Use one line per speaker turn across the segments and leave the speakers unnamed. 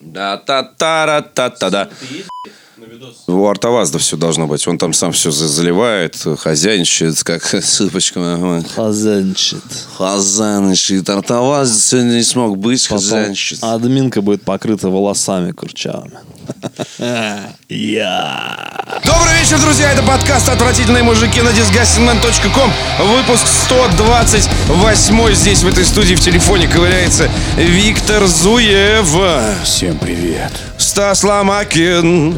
Да та та ра та та да У Артовазда все должно быть. Он там сам все заливает, хозяйничает, как сыпочка. нормально.
Хозяйничает.
Хозяйничает. Артовазд сегодня не смог быть,
Потом
хозяйничает.
админка будет покрыта волосами курчавыми. Я.
Добрый вечер, друзья! Это подкаст «Отвратительные мужики» на disgustingman.com. Выпуск 128 здесь, в этой студии, в телефоне ковыряется Виктор Зуев.
Всем привет.
Стас Ломакин.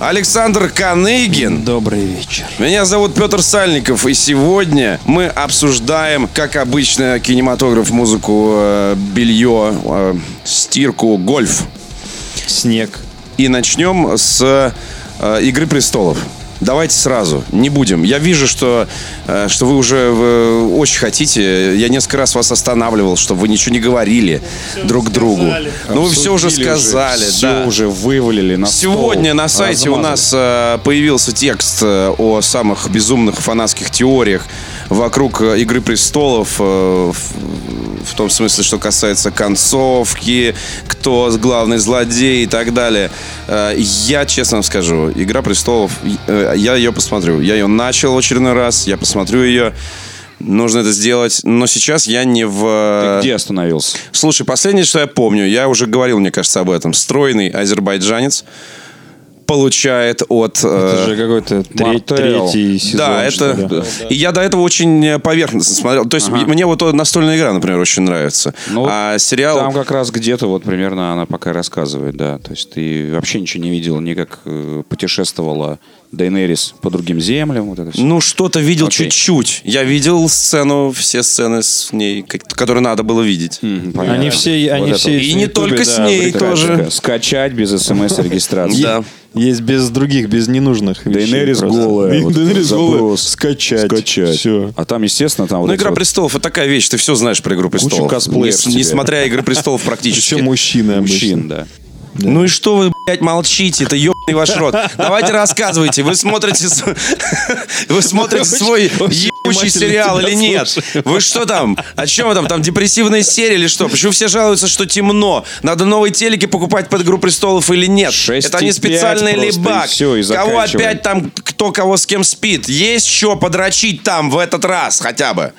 Александр Каныгин.
Добрый вечер.
Меня зовут Петр Сальников, и сегодня мы обсуждаем, как обычно, кинематограф, музыку, э, белье, э, стирку, гольф.
Снег.
И начнем с э, «Игры престолов». Давайте сразу, не будем. Я вижу, что, э, что вы уже э, очень хотите. Я несколько раз вас останавливал, чтобы вы ничего не говорили друг другу. Ну, вы все уже сказали.
Все
да.
уже вывалили на стол.
Сегодня на сайте у
Размазали.
нас э, появился текст э, о самых безумных фанатских теориях вокруг э, Игры престолов, э, в, в том смысле, что касается концовки, кто главный злодей и так далее. Э, я, честно вам скажу, Игра престолов, э, я ее посмотрю. Я ее начал в очередной раз, я посмотрю ее. Нужно это сделать, но сейчас я не в...
Где остановился?
Слушай, последнее, что я помню, я уже говорил, мне кажется, об этом. Стройный азербайджанец получает от... э,
Это же какой-то
Треть-
Мартел.
третий сезон.
да,
что
это...
ли?
И я до этого очень э, поверхностно смотрел. То есть мне вот э, настольная игра, например, очень нравится.
Ну,
а сериал...
Там как раз где-то вот примерно она пока рассказывает, да. То есть ты вообще ничего не видел, ни как э, путешествовала Дейнерис по другим землям, вот это все.
Ну, что-то видел
Окей.
чуть-чуть. Я видел сцену, все сцены с ней, как- которые надо было видеть.
Хм.
Они все, они
это
все
вот.
есть
И
на
не
Ютубе,
только
да,
с ней
прекрасно.
тоже.
Скачать без смс-регистрации.
Да.
Есть без других, без ненужных вещей.
Дейнерис
просто.
голая. вот
Дейенерис
этот
голая.
запрос.
Скачать.
Скачать.
Все.
А там, естественно, там вот
Ну,
эти
«Игра
вот-
престолов» — это такая вещь, ты все знаешь про «Игру престолов».
косплеев
Нес-
тебе.
Несмотря «Игры престолов» практически.
Все мужчины обычно.
мужчин, да.
Ну и что вы, блядь, молчите? Это ебаный ваш рот. Давайте рассказывайте. Вы смотрите, с- вы смотрите свой ебучий сериал или нет? Вы что там? О чем вы там? Там депрессивная серия или что? Почему все жалуются, что темно? Надо новые телеки покупать под «Игру престолов» или нет?
Шесть
Это не
и пять
специальный
просто, и
либак.
всё, и
Кого
заканчиваем.
опять там, кто кого с кем спит? Есть что подрочить там в этот раз хотя бы?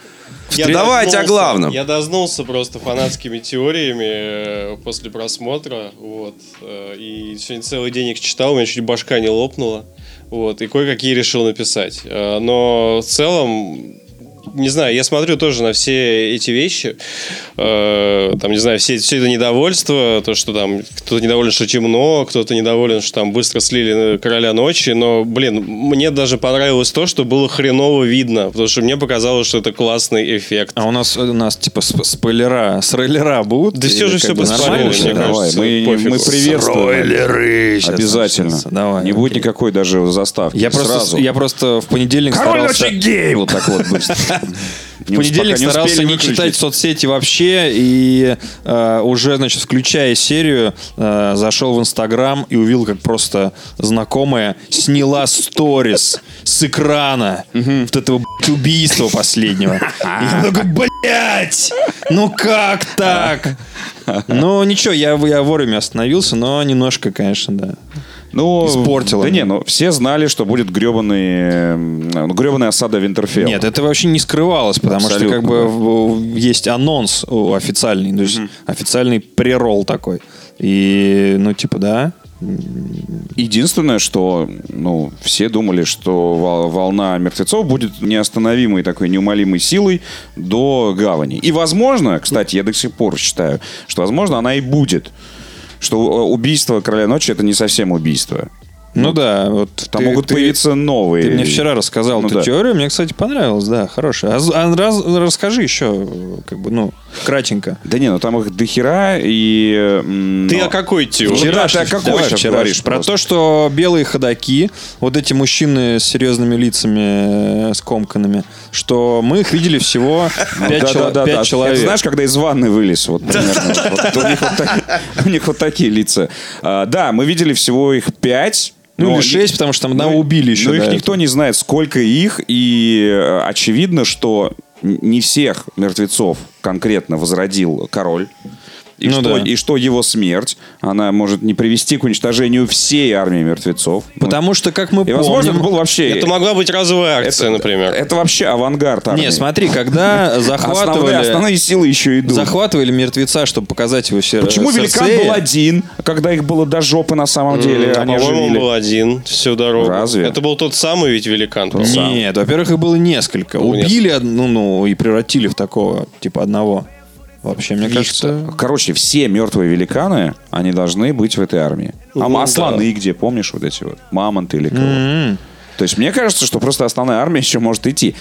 Я
Давайте о
дознулся.
главном.
Я дознулся просто фанатскими теориями э, после просмотра. Вот. э, И сегодня целый день их читал, у меня чуть башка не лопнула. Вот. И кое-какие решил написать. Э, Но в целом не знаю, я смотрю тоже на все эти вещи. Э, Там, не знаю, все, все это недовольство, то, что там кто-то недоволен, что темно, кто-то недоволен, что там быстро слили э, короля ночи. Но, блин, мне даже понравилось то, что было хреново видно, потому что мне показалось, что это классный эффект.
А у нас, у нас типа сп- спойлера, срейлера будут?
Да все
Или
же
как
все
бы
поспорили,
нормально
мне
же?
Давай,
кажется.
мы,
пофигу.
мы приветствуем.
Сейчас
Обязательно.
начнется. Давай,
Не будет
окей.
никакой даже заставки.
Я
Сразу.
просто, я просто в понедельник старался...
гей! Вот так вот быстро.
В понедельник старался не читать соцсети вообще, и э, уже, значит, включая серию, э, зашел в Инстаграм и увидел, как просто знакомая сняла сторис с экрана вот этого блядь, убийства последнего. И я такой, блядь, ну как так? Ну ничего, я, я вовремя остановился, но немножко, конечно, да.
Ну,
Испортила.
Да не, ну все знали, что будет гребаный, ну, гребаная осада Винтерфелла.
Нет, это вообще не скрывалось, потому
Абсолютно,
что как бы в- в- есть анонс о, официальный, то есть официальный прерол такой. И, ну, типа, да.
Единственное, что ну, все думали, что вол- волна мертвецов будет неостановимой такой неумолимой силой до гавани. И, возможно, кстати, я до сих пор считаю, что, возможно, она и будет. Что э, убийство короля ночи это не совсем убийство.
Ну да, вот
Там
ты-
могут
ты-
появиться новые.
Ты мне вчера рассказал
Ну
эту
да.
теорию, мне, кстати, понравилось, да, хорошая. А, з- а раз- расскажи еще, э, как бы, ну, кратенько.
Да не, ну там их дохера и... м,
Ты
ну,
о какой теории?
Вчера ты о а какой
Давай
сейчас
вчерашний.
говоришь?
Про
просто?
то, что белые ходаки, вот эти мужчины с серьезными лицами, э, скомканными, что мы их видели всего пять
Да,
чело-
да, да, да.
пять
Это
человек.
знаешь, когда из ванны вылез, вот примерно. Вот У них вот так- у них вот такие лица. А, Да, мы видели всего их пять.
Ну,
но
или
и-
шесть, потому что там одного
ну,
убили еще
Но
до
их
этого.
никто не знает, сколько их, и э, очевидно, что н- не всех мертвецов конкретно возродил король. и,
Ну
что,
да.
и что его смерть, она может не привести к уничтожению всей армии мертвецов. Ну,
Потому что, как мы
и, возможно, это
помним...
был вообще...
Это могла быть разовая акция, например.
Это вообще авангард армии.
Не, смотри, когда
Основные,
захватывали...
основные силы еще идут.
Захватывали мертвеца, чтобы показать его сер...
Почему великан
Серсея.
был один, когда их было до жопы на самом деле?
А
они
по-моему, он
оживили?
был один всю дорогу.
Разве?
Это был тот самый ведь великан. по-моему.
Нет, во-первых, их было несколько. Убили одну, ну, и превратили в такого, типа, одного. Вообще, мне кажется...
Короче, все мертвые великаны, они должны быть в этой армии. А
Ну,
масланы где, помнишь, вот эти вот? Мамонты или кого?
М.
То есть мне кажется, что просто основная армия еще может идти.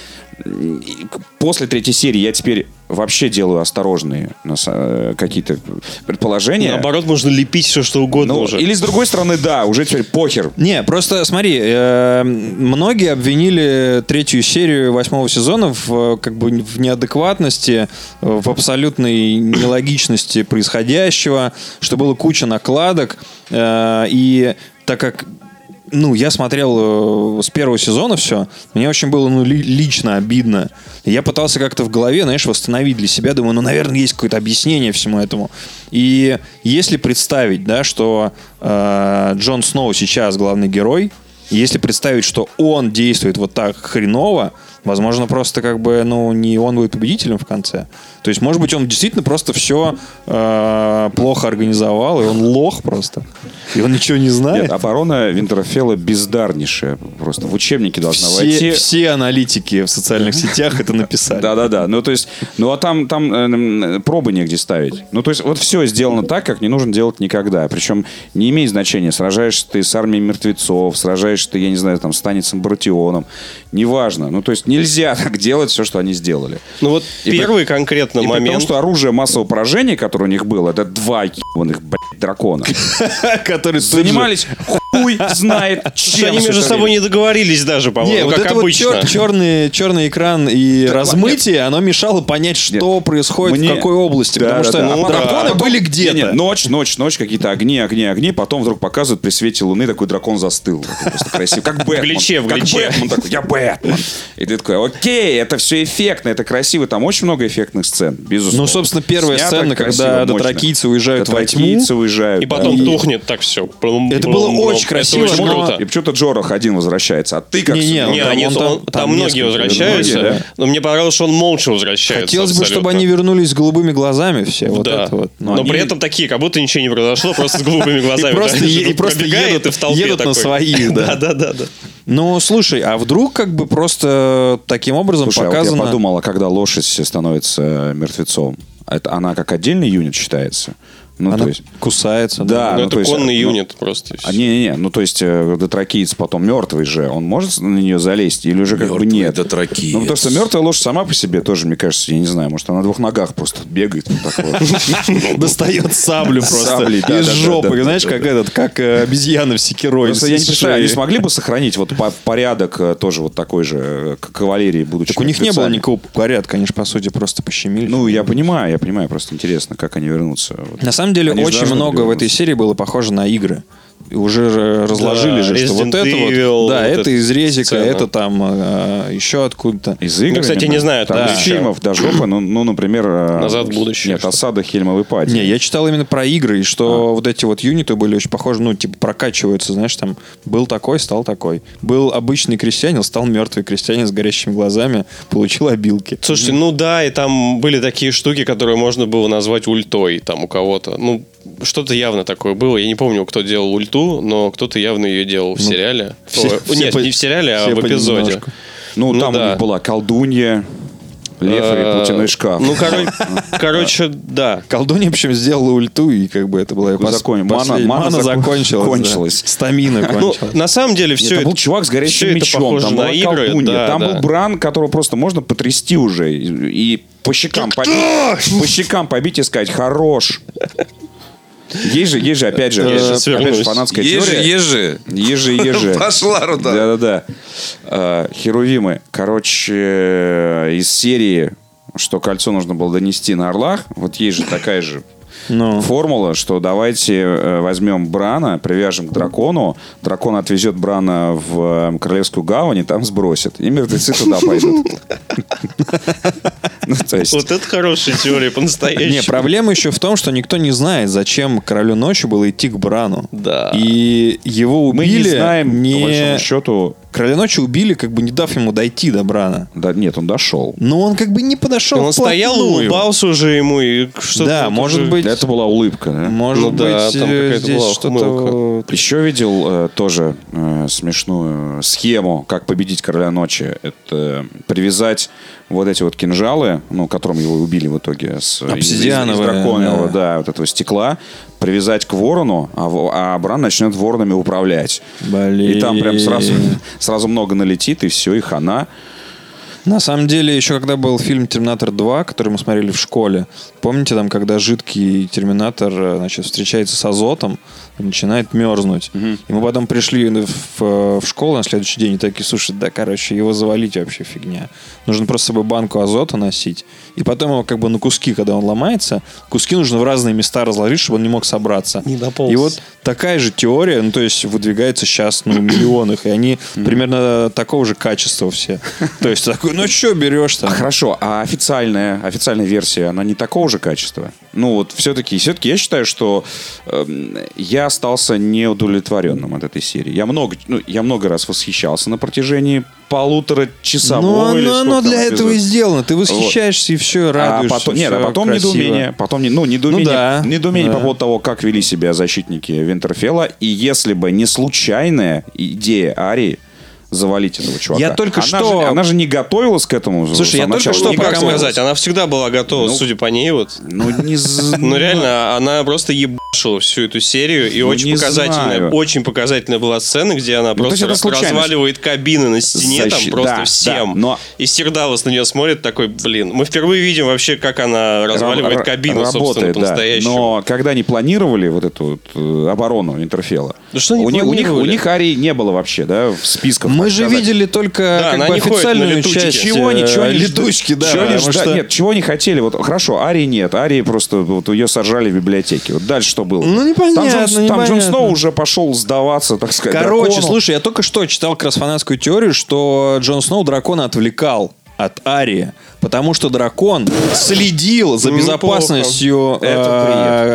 И к- После третьей серии я теперь вообще делаю осторожные на са- э, какие-то предположения.
Наоборот, можно лепить все, что угодно
Ну,
уже.
или с другой стороны, да, уже теперь похер.
Не, просто смотри, э, многие обвинили третью серию восьмого сезона в э, как бы в неадекватности, э, в абсолютной нелогичности происходящего, что было куча накладок, э, и так как ну, я смотрел э, с первого сезона все, мне очень было ну, ли- лично обидно. Я пытался как-то в голове, знаешь, восстановить для себя, думаю, ну, наверное, есть какое-то объяснение всему этому. И если представить, да, что э, Джон Сноу сейчас главный герой, если представить, что он действует вот так хреново, возможно, просто как бы, ну, не он будет победителем в конце. То есть, может быть, он действительно просто все плохо организовал, и он лох просто. И он ничего не знает.
Нет, оборона Винтерфелла бездарнейшая. Просто в учебнике должна
Все,
войти.
все аналитики в социальных сетях это написали.
Да, да, да. Ну, то есть, ну а там, там э, м, пробы негде ставить. Ну, то есть, вот все сделано так, как не нужно делать никогда. Причем не имеет значения, сражаешься ты с армией мертвецов, сражаешься ты, я не знаю, там, с Танецем Братионом. Неважно. Ну, то есть, нельзя так делать все, что они сделали.
Ну вот
И
первый конкретно
И при том,
момент.
что оружие массового поражения, которое у них было, это два ебаных, блядь, дракона.
Которые
Занимались хуй знает
Что
чем.
они
всё
между
это
собой
время.
не договорились даже, по-моему,
Не,
ну,
вот
как
это
обычно.
вот черный, черный экран и
Так,
размытие, оно мешало понять, что происходит,
Мне-
в какой области.
Да,
потому
да,
что а
да. Ну, да.
драконы
Потом-
были
Не, ну,
где-то.
не, ночь, ночь, ночь, какие-то огни, огни, огни. Потом вдруг показывают при свете луны такой дракон застыл. Такой Просто красиво. Как Бэтмен.
гличе, в
как
гличе.
Бэтмен такой, я Бэтмен. И ты такой, окей, это все эффектно, это красиво. Там очень много эффектных сцен, безусловно.
Ну, собственно, первая
Снято
сцена,
красиво,
когда
мощно.
дотракийцы уезжают во тьму.
Дотракийцы уезжают.
И
да.
потом тухнет так все.
Это было очень красиво,
Это очень
но-
круто.
И почему-то Джорах один возвращается, а ты как
Не-не,
всегда.
он
Не,
там-
они,
он
он-
там-
там,
там
многие
несколько,
возвращаются,
многие, да.
но мне понравилось, что он молча возвращается.
Хотелось бы, чтобы
абсолютно.
они вернулись с голубыми глазами все. Вот
Да.
это вот.
Ну,
Но,
они-
при этом такие, как будто ничего не произошло, просто с голубыми
и
глазами.
просто,
да,
е- и
тут
просто
пробегает,
едут,
и в толпе
едут на
такой.
своих, да.
Да, да, да, да.
Ну, слушай, а вдруг как бы просто таким образом
Слушай, а вот
показано...
я подумал, а когда лошадь становится мертвецом, это она как отдельный юнит считается? Ну,
Она
то есть...
кусается.
Да,
Ну,
ну, то
это
есть,
конный
ну,
юнит просто. и
А
всё.
не-не-не, ну то есть э, дотракиец потом мертвый же, он может на нее залезть или уже как бы
Мёртвый
нет?
дотракиец.
Ну потому что мертвая лошадь сама по себе тоже, мне кажется, я не знаю, может она на двух ногах просто бегает. вот так вот.
достает саблю просто
Ну, Сабли, да,
из
да, да,
жопы.
да, да,
знаешь,
да,
как этот, как э, обезьяны в Секирой.
Просто я не представляю, они смогли бы сохранить вот по- порядок э, тоже вот такой же э, к кавалерии будучи
Так у них не было
мертвецами?
никакого порядка, они же, по сути, просто пощемили.
Ну, я понимаю, я понимаю, просто интересно, как они вернутся. Вот.
На самом деле,
Они же
очень
должны
много
были
в этой
вернуться.
серии было похоже на игры. И Уже э, разложили
Да,
же, что вот
Resident
это вот,
Evil,
да,
вот
это
эта
из резика,
сцена.
это там э, еще откуда-то.
Из игр.
Ну, кстати,
именно.
не знаю,
Там
да.
из фильмов до жопы, ну, ну, например... э,
«Назад в будущее»,
Нет,
что-то.
«Осада Хельмовой пади».
Не, я читал именно про игры, и
А.
что вот эти вот юниты были очень похожи, ну, типа, прокачиваются, знаешь, там, был такой, стал такой. Был обычный крестьянин, стал мертвый крестьянин с горящими глазами, получил обилки.
Слушайте, ну да, и там были такие штуки, которые можно было назвать ультой там у кого-то. Ну, что-то явно такое было. Я не помню, кто делал ульту, но кто-то явно ее делал в сериале.
все-
О,
все
Нет,
по-
не в сериале, а
все
в эпизоде.
понемножку.
Ну,
Ну
там у
да.
них была колдунья, лев и
Э,
платяной шкаф.
Ну, коро- короче, да.
Колдунья, причем, сделала ульту, и как бы это было...
Ну, закон- мана- мана
мана
закон-
закончилась. да.
кончилась.
Стамина
Ну,
кончилась.
на самом деле
Нет,
все
там
это...
был чувак с
всё
горящим
это
мечом,
похоже
там
на
была
игры,
колдунья,
да,
там
да.
был Бран, которого просто можно потрясти уже и, и по щекам побить, по щекам побить и сказать «хорош». Есть же, есть же, опять же,
Есть же,
опять же
свернусь.
фанатская
Ежи,
теория.
ежи.
Ежи, ежи.
Пошла, Руда.
Да-да-да. А, Херувимы. Короче, э, из серии, что кольцо нужно было донести на орлах, вот есть же такая же
Ну.
формула, что давайте э, возьмем Брана, привяжем к дракону, дракон отвезет Брана в э, Королевскую гавань и там сбросит. И мертвецы туда пойдут. Ну, то есть...
Вот это хорошая теория
Ну,
по-настоящему.
Не, проблема еще в том, что никто не знает, зачем королю ночи было идти к Брану.
Да.
И его
Мы не
убили.
знаем, по
не-
большому счету...
Короля ночи убили, как бы не дав ему дойти до Брана.
Да, нет, он дошел.
Но он как бы не подошел.
Он стоял,
вплотную.
улыбался уже ему и что-то...
Да,
вот
может
уже-
быть.
Это была улыбка, да?
Может
Ну да,
быть,
там
э,
какая-то
здесь
была
что-то.
Еще видел э, тоже э, смешную схему, как победить короля ночи. Это привязать вот эти вот кинжалы, ну, которым его убили в итоге с из- из- из
Обсидиановые,
драконьего,
да.
да, вот этого стекла, привязать к ворону, а, в- а Бран начнет воронами управлять.
Блин.
И там прям сразу, сразу много налетит, и все, и хана.
На самом деле, еще когда был фильм «Терминатор 2», который мы смотрели в школе, помните там, когда жидкий терминатор э, значит, встречается с азотом и начинает мерзнуть. И мы потом пришли в, э, в школу на следующий день и такие, слушай, да, короче, его завалить вообще фигня. Нужно просто с собой банку азота носить. И потом его как бы на куски, когда он ломается, куски нужно в разные места разложить, чтобы он не мог собраться.
Не дополз.
И вот такая же теория, ну, то есть выдвигается сейчас ну, в миллионах, и они примерно такого же качества все. То есть такой, ну что берешь там?
Хорошо, а официальная, официальная версия, она не такого же качества? Ну вот все-таки, все-таки я считаю, что эм, я остался неудовлетворенным от этой серии. Я много, ну, я много раз восхищался на протяжении полутора часов.
Ну, оно, оно для этого и сделано. Ты восхищаешься и все,
А
радуешься.
потом, нет, а
всё
потом
красиво.
недоумение, потом не- ну, недоумение,
Ну да,
недоумение
да.
по поводу того, как вели себя защитники Винтерфелла, и если бы не случайная идея Арии завалить этого чувака.
Я только
Она
что-
же- она же не готовилась к этому. с
Слушай, я
самого
только
начала.
что
Не
Как
Никак
готовилась.
сказать, она всегда была готова,
Ну,
судя по ней, вот.
Ну, не з-
Ну реально, она просто ебашила всю эту серию, и
Ну, не
очень показательная,
знаю. Ну,
очень показательная была сцена, где она
то есть
просто
это
раз-
случайность.
разваливает кабины на стене
Защи-
там просто
да,
всем.
да, но-
И Сердалос на нее смотрит такой, блин, мы впервые видим вообще, как она разваливает
Ра-
кабину, собственно,
работает, да.
по-настоящему.
Но когда они планировали вот эту вот, э, оборону Интерфела,
Да что они
у, них, у, них, у
планировали?
них Арии не было вообще, да, в списках.
Мы
так
же
сказать.
видели только
Да,
как
она
бы,
не ходит на
официальную
летучке.
часть.
Чего они,
э,
чего они
летучки, да.
чего они
потому
жда-
что-
Нет, чего они хотели? Вот хорошо, Арии нет, Арии просто вот ее сожрали в библиотеке. Вот дальше что было?
Ну, непонятно,
Там Джон, там
непонятно.
Джон Сноу уже пошел сдаваться, так сказать.
Короче,
дракону.
слушай, я только что читал как раз фанатскую теорию, что Джон Сноу дракона отвлекал от Арии, потому что дракон следил за
Неплохо.
безопасностью
это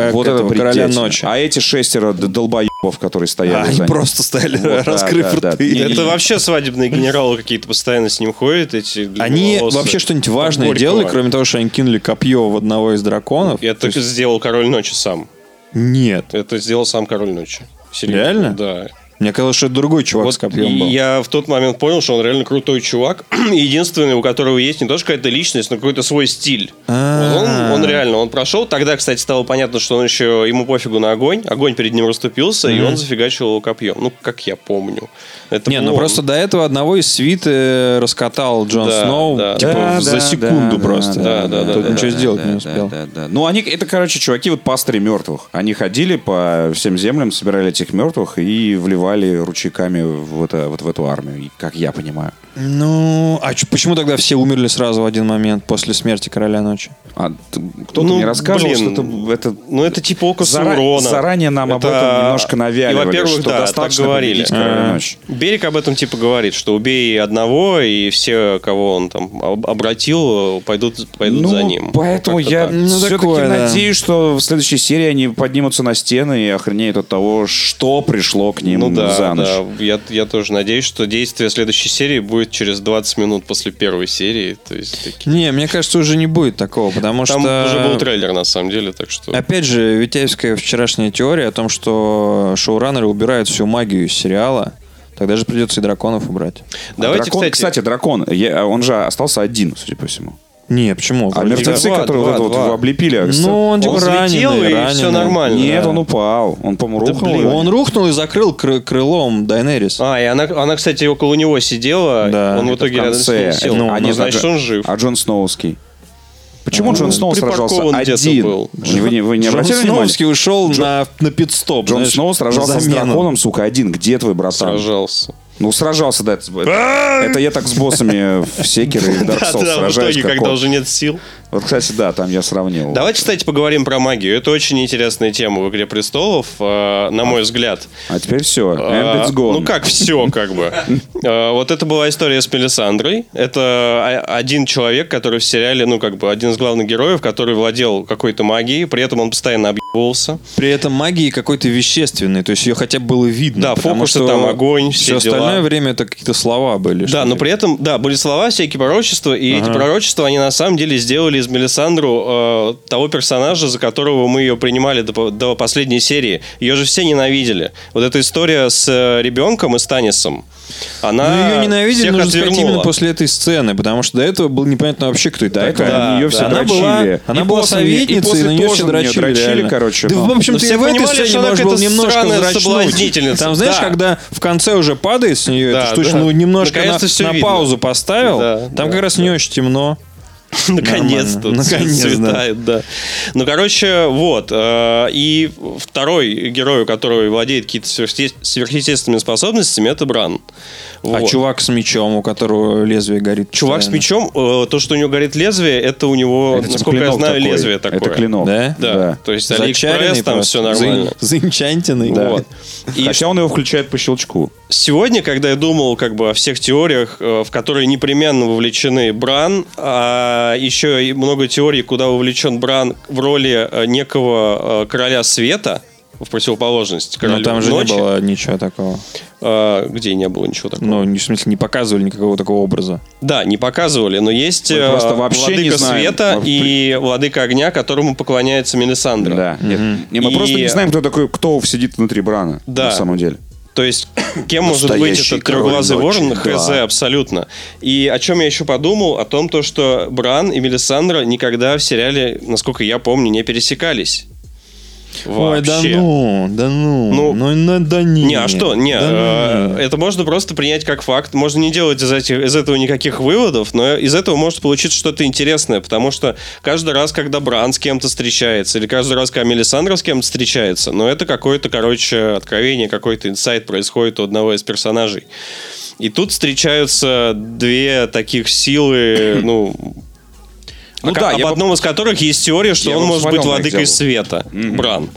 э,
бред. Вот это
этого короля
бредятина.
ночи.
А эти шестеро д- долбоебов, которые
А,
стояли
они
за ним.
просто стали,
Вот, да,
раскрыв
да, да.
рты.
Не, не,
Это вообще свадебные генералы какие-то постоянно с ним ходят, эти
Они
волосы.
вообще что-нибудь
Как
важное
Горького.
делали, кроме того, что они кинули копье в одного из драконов?
Это сделал Король Ночи сам.
Нет.
Это сделал сам Король Ночи.
Реально?
Да.
Мне казалось, что это другой чувак с
Вот
копьем был.
я в тот момент понял, что он реально крутой чувак. Единственный, у которого есть не то, что какая-то личность, но какой-то свой стиль. Вот
А.
Он, он реально, он прошел. Тогда, кстати, стало понятно, что он еще, ему пофигу на огонь. Огонь перед ним расступился, и он зафигачил его копьем. Ну, как я помню. Это
Не,
был
ну
он.
просто до этого одного из свит э, раскатал Джон
Да,
Сноу,
да.
типа,
Да,
за
да,
секунду
да,
просто.
да, да, да,
Тут
да,
ничего
да,
сделать
да,
не
да,
успел.
да, да. Ну, они, это, короче, чуваки, вот пастыри мертвых. Они ходили по всем землям, собирали этих мертвых и вливали ручейками в это- вот в эту армию, и как я понимаю.
Ну, а ч- почему тогда все умерли сразу в один момент после смерти короля ночи?
А ты- кто-то
Ну,
мне рассказывал,
блин.
что это, это
Ну, это типа око
зара-
Саурона.
заранее нам об
Это-
этом немножко навяливали,
И, во-первых,
что
да,
достаточно
так говорили.
победить короля
А.
ночи.
Берег об этом типа говорит, что убей одного, и все, кого он там об- обратил, пойдут, пойдут
Ну,
за ним.
поэтому
Как-то
я
так.
Ну,
все-таки
такое, да.
надеюсь, что в следующей серии они поднимутся на стены и охренеют от того, что пришло к ним
Ну да,
за ночь.
да. Я, я тоже надеюсь, что действие следующей серии будет через 20 минут после первой серии. То есть такие-
Не, мне кажется, уже не будет такого, потому
Там
что...
уже был трейлер, на самом деле, так что...
Опять же, Витяевская вчерашняя теория о том, что шоураннеры убирают всю магию из сериала. Тогда же придется и драконов убрать.
Давайте,
Э, дракон,
кстати...
дракон, я- а он же остался один, судя по всему.
Не, почему?
А
Вроде
мертвецы,
два,
которые вот
два,
это вот
два.
его облепили,
как-
а,
Ну, он типа
Он
раненый,
взлетел, и
раненый.
всё нормально.
Нет,
да.
он упал. Он, по-моему,
Да
рухнул.
блин.
его.
Он рухнул и закрыл кры- крылом Дайнерис.
А, и она, она, кстати, около него сидела,
Да.
он в
Это
итоге
в
рядом с ней
конце.
сел.
Ну,
Ну,
они
значит,
даже-
он жив.
А Джон Сноуский? Почему Джон Сноу
припаркован
сражался
где-то
один?
был.
Не- Вы не, вы не
Джон
обратили внимания?
Сноуский ушел на, на пидстоп.
Джон
знаешь,
Сноу сражался
на
с
замену.
драконом, сука, один. Где твой братан?
Сражался.
Ну, сражался, да. Это, это я так с боссами в Секере и в Dark Souls
Да-да, А! в
сражаюсь.
итоге,
как
когда
он.
уже нет сил.
Вот, кстати, да, там я сравнил.
Давайте, кстати, поговорим про магию. Это очень интересная тема в «Игре престолов», э, на мой взгляд.
А теперь все. And
А,
it's gone.
Ну как все, как бы. А, Вот это была история с Мелисандрой. Это а- один человек, который в сериале, ну как бы, один из главных героев, который владел какой-то магией, при этом он постоянно объебывался.
При этом магии какой-то вещественной, то есть ее хотя бы было видно.
Да,
потому
фокусы
что
там, огонь,
Все
все дела.
остальное время это какие-то слова были.
Да,
что-то.
но при этом, да, были слова, всякие пророчества, и эти пророчества, они на самом деле сделали из Мелисандру э, того персонажа, за которого мы ее принимали до, по- до последней серии. Ее же все ненавидели. Вот эта история с э, ребенком и Станисом, она
Но ее Ну, ненавидели,
А, всех
нужно сказать,
отвернула.
именно после этой сцены, потому что до этого было непонятно вообще, кто это
До этого
такая.
они её все
она
дрочили.
Была, она
И
была
после- и
советницей,
после
на нее
тоже
все
на неё
дрочили.
дрочили,
реально.
короче,
Да,
ну.
в общем,
Но
ты
все
в этой
понимали,
сцене
что она
можешь был
какая-то
немножко
сраная
взрачнуть.
соблазнительница,
Там, знаешь,
да.
когда в конце уже падает с нее,
Да,
ты что
да.
ну, немножко на,
Наконец-то всё
на
видно.
паузу поставил,
Да,
там
да,
как раз не очень темно.
Наконец-то.
Нормально. Наконец, да.
Цветает, да. Ну, короче, вот. э, И второй герой, который владеет какими-то сверхъесте- сверхъестественными способностями, это Бран.
А
Вот.
чувак с мечом, у которого лезвие горит.
Чувак с
постоянно.
мечом, э, то, что у него горит лезвие, это у него,
Это типа
насколько я
клинок
знаю,
такой.
лезвие такое.
Это клинок.
Да?
Да. То есть
Зачаренный
Алиэкспресс, там
просто.
все нормально.
За- Заинчантенный.
Вот. И
Хотя он его включает по щелчку.
сегодня, когда я думал как бы о всех теориях, э, в которые непременно вовлечены Бран, а еще и много теорий, куда вовлечен Бран в роли э, некого э, короля света, в противоположность королю
Но там же
ночи,
не было ничего такого.
э, где не было ничего такого.
Ну, не- в смысле, не показывали никакого такого образа.
Да, не показывали, но есть
Мы
э,
просто вообще не
владыка
знаем.
света
Мы в
и владыка огня, которому поклоняется Мелисандра.
Да. Нет. Не, мы
И-
просто не знаем, кто такой, кто сидит внутри Брана.
Да.
На самом деле.
То есть, кем может быть
Настоящий
этот
король
трехглазый
ночи,
ворон?
да.
Хз, абсолютно. И о чем я еще подумал? О том, то, что Бран и Мелисандра никогда в сериале, насколько я помню, не пересекались.
Ой, да
Вообще.
ну, да ну. Ну,
Ну,
на- да не.
Не, а что? Не,
Да
э,
ну.
это можно просто принять как факт. Можно не делать из, этих, из этого никаких выводов, но из этого может получиться что-то интересное, потому что каждый раз, когда Бран с кем-то встречается, или каждый раз, когда Мелисандра с кем-то встречается, но это какое-то, короче, откровение, какой-то инсайт происходит у одного из персонажей. И тут встречаются две таких силы, ну...
Ну
о-
да,
об
я бы-
одном из которых есть теория, что
Я
он
бы
может быть
посмотрел на их
владыкой
диалог.
света, Бран.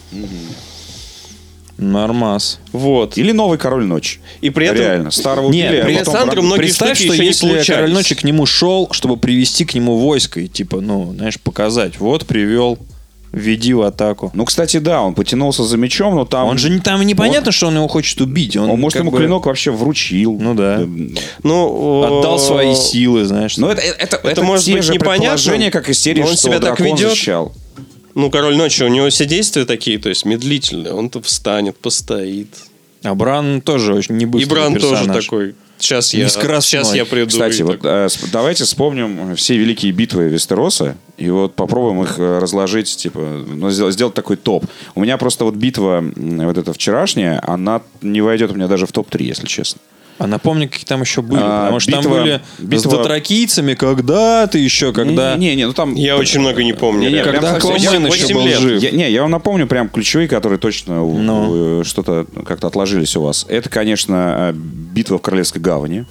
Нормас.
Вот.
Или новый король ночи.
И при этом-
Реально. Старого
Не,
убили, а
при
потом
Александру
Бран-
многие
Представь,
штуки
что
еще не
если
случались.
король ночи к нему шел, чтобы привести к нему войско, и типа, ну, знаешь, показать, вот привел, введи в атаку.
Ну, кстати, да, он потянулся за мечом, но там...
Он же не- там непонятно, что он его хочет убить. Он,
Он, А может,
как
ему
бы
клинок вообще вручил.
Ну да.
Ну, э,
Отдал свои силы, знаешь.
ну,
Но Ну, это, э, это, это,
может
те
быть
же
непонятно,
предположения, как из серии,
но он
что
себя так
дракон
ведет.
защищал.
Ну, король ночи, у него все действия такие, то есть медлительные. Он-то встанет, постоит.
А Бран тоже очень не
И
быстрый
Бран
персонаж.
тоже такой. Сейчас я,
Нескоростной.
сейчас я приду.
Кстати,
и
вот
так.
э, сп- давайте вспомним все великие битвы Вестероса и вот попробуем их э, разложить, типа, ну, сдел- сделать такой топ. У меня просто вот битва м, вот эта вчерашняя, она не войдет у меня даже в топ-3, если честно.
А напомню, какие там еще были.
А,
потому что там
битва-
были
битва-
с дотракийцами когда-то еще, когда...
Не, не, не, ну там...
Я очень много не помню.
Не-не,
реально.
когда
Прям совсем.
Аквамен еще
Восемь
был
лет.
жив.
Я- не, я вам напомню прям ключевые, которые точно у-
Ну.
у- что-то как-то отложились у вас. Это, конечно, э, битва в Королевской гавани,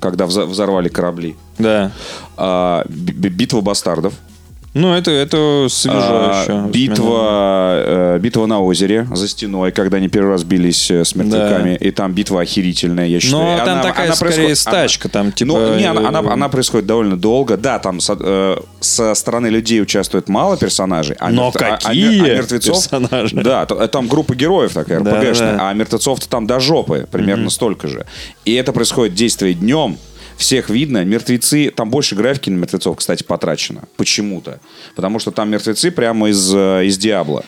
когда вза- взорвали корабли.
Да.
А, б- б- битва бастардов.
Ну, это, это свежо
А,
еще.
битва, э, битва на озере за стеной, когда они первый раз бились э, с мертвяками. И там битва охерительная, я считаю.
Но там такая, скорее,
происход-
стачка, там, типа,
Ну, не, она, она-
э,
она происходит довольно долго. Да, там со, э, со стороны людей участвует мало персонажей. а
Но
мертв- а- а-
какие
а мертвецов-
персонажи?
Да, то- э, там группа героев такая,
Да,
РПГшная,
да.
а мертвецов-то там до жопы, примерно столько же. И это происходит действие днем, всех видно. Мертвецы, там больше графики на мертвецов, кстати, потрачено. Почему-то. Потому что там мертвецы прямо из, э, из Диабла.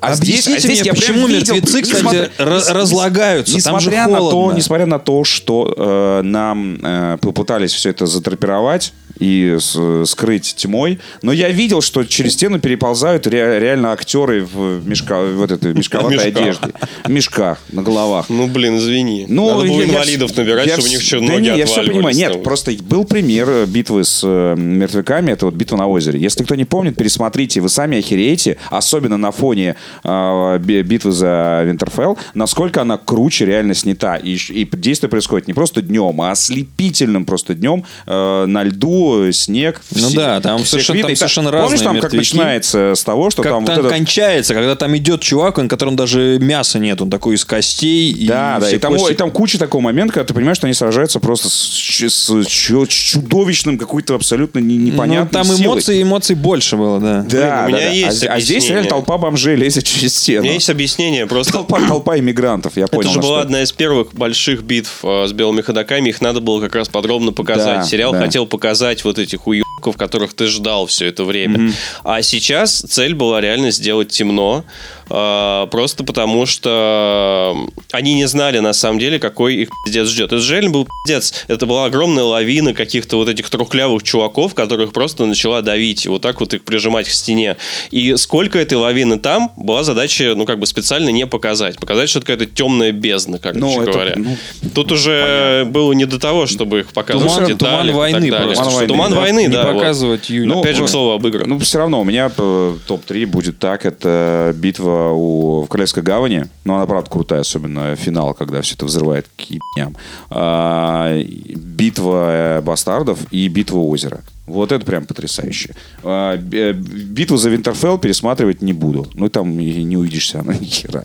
А
Объясните мне,
я прям
почему
видел,
мертвецы, кстати,
несмотря-
раз- разлагаются? Там же
Несмотря на то,
холодно.
несмотря на то, что э, нам э, попытались все это затрапировать и с- скрыть тьмой. Но я видел, что через стену переползают ре- реально актеры в, мешка, в вот этой мешковатой
Мешках.
одежде. В мешках на головах.
Ну, блин, извини.
Ну,
Надо было
я- я
инвалидов
вс-
набирать,
я
чтобы у
вс-
них еще
да
ноги
не, я все
отваливались
понимаю. Нет,
там.
просто был пример э, битвы с э, мертвяками. Это вот битва на озере. Если кто не помнит, пересмотрите. Вы сами охереете, особенно на фоне э, би- битвы за Винтерфелл, насколько она круче реально снята. И, щ- и действие происходит не просто днем, а ослепительным просто днем. э, на льду, э, снег.
Ну да, там
всех
совершенно-
видно.
там
И та-
совершенно
Помнишь,
разные
там как
мертвяки?
начинается с того, что
Как
там
там
вот этот-
кончается, когда там идет чувак, на котором даже мяса нет, он такой из костей. и
Да, да.
все
И там,
кости-
и там куча такого момента, когда ты понимаешь, что они сражаются просто с, ч- с чу- с чудовищным какой-то абсолютно не-
Ну,
непонятной
там
силой.
эмоций, эмоций больше было, да.
Да,
Блин, у меня
да, да.
есть
а, а здесь
объяснение.
реально толпа бомжей лезет через
У
стену.
меня есть объяснение, просто
Толпа, толпа иммигрантов, я понял.
Это же
на
была
что.
одна из первых больших битв э, с белыми ходаками. Их надо было как раз подробно показать.
Да,
Сериал
да.
хотел показать вот этих уебков, которых ты ждал все это время. А сейчас цель была реально сделать темно. э, Просто потому, что э, они не знали на самом деле, какой их пиздец ждет. Это же реально был пиздец. Это была огромная лавина каких-то вот этих трухлявых чуваков, которых просто начала давить. И Вот так вот их прижимать к стене. И сколько этой лавины там, была задача, ну, как бы специально не показать. Показать, что это какая-то темная бездна, короче
Ну, это,
говоря.
ну,
Тут уже было не до того, чтобы их показывать
Туман-
в деталях
туман
и так
войны
далее.
просто.
Туман войны,
Туман
да.
войны,
Не
да, вот.
показывать Юлю.
Ну,
Опять же, к слову об играх.
Ну, все равно, у меня э, топ-3 будет так. Это битва у, в Королевской гавани. Но она, правда, крутая, особенно финал, когда все это взрывает к ебням. А, и битва э, бастардов и битва озера. Вот это прям потрясающе. А, б- э, битву за Винтерфелл пересматривать не буду. Ну, там и не увидишься она ни хера.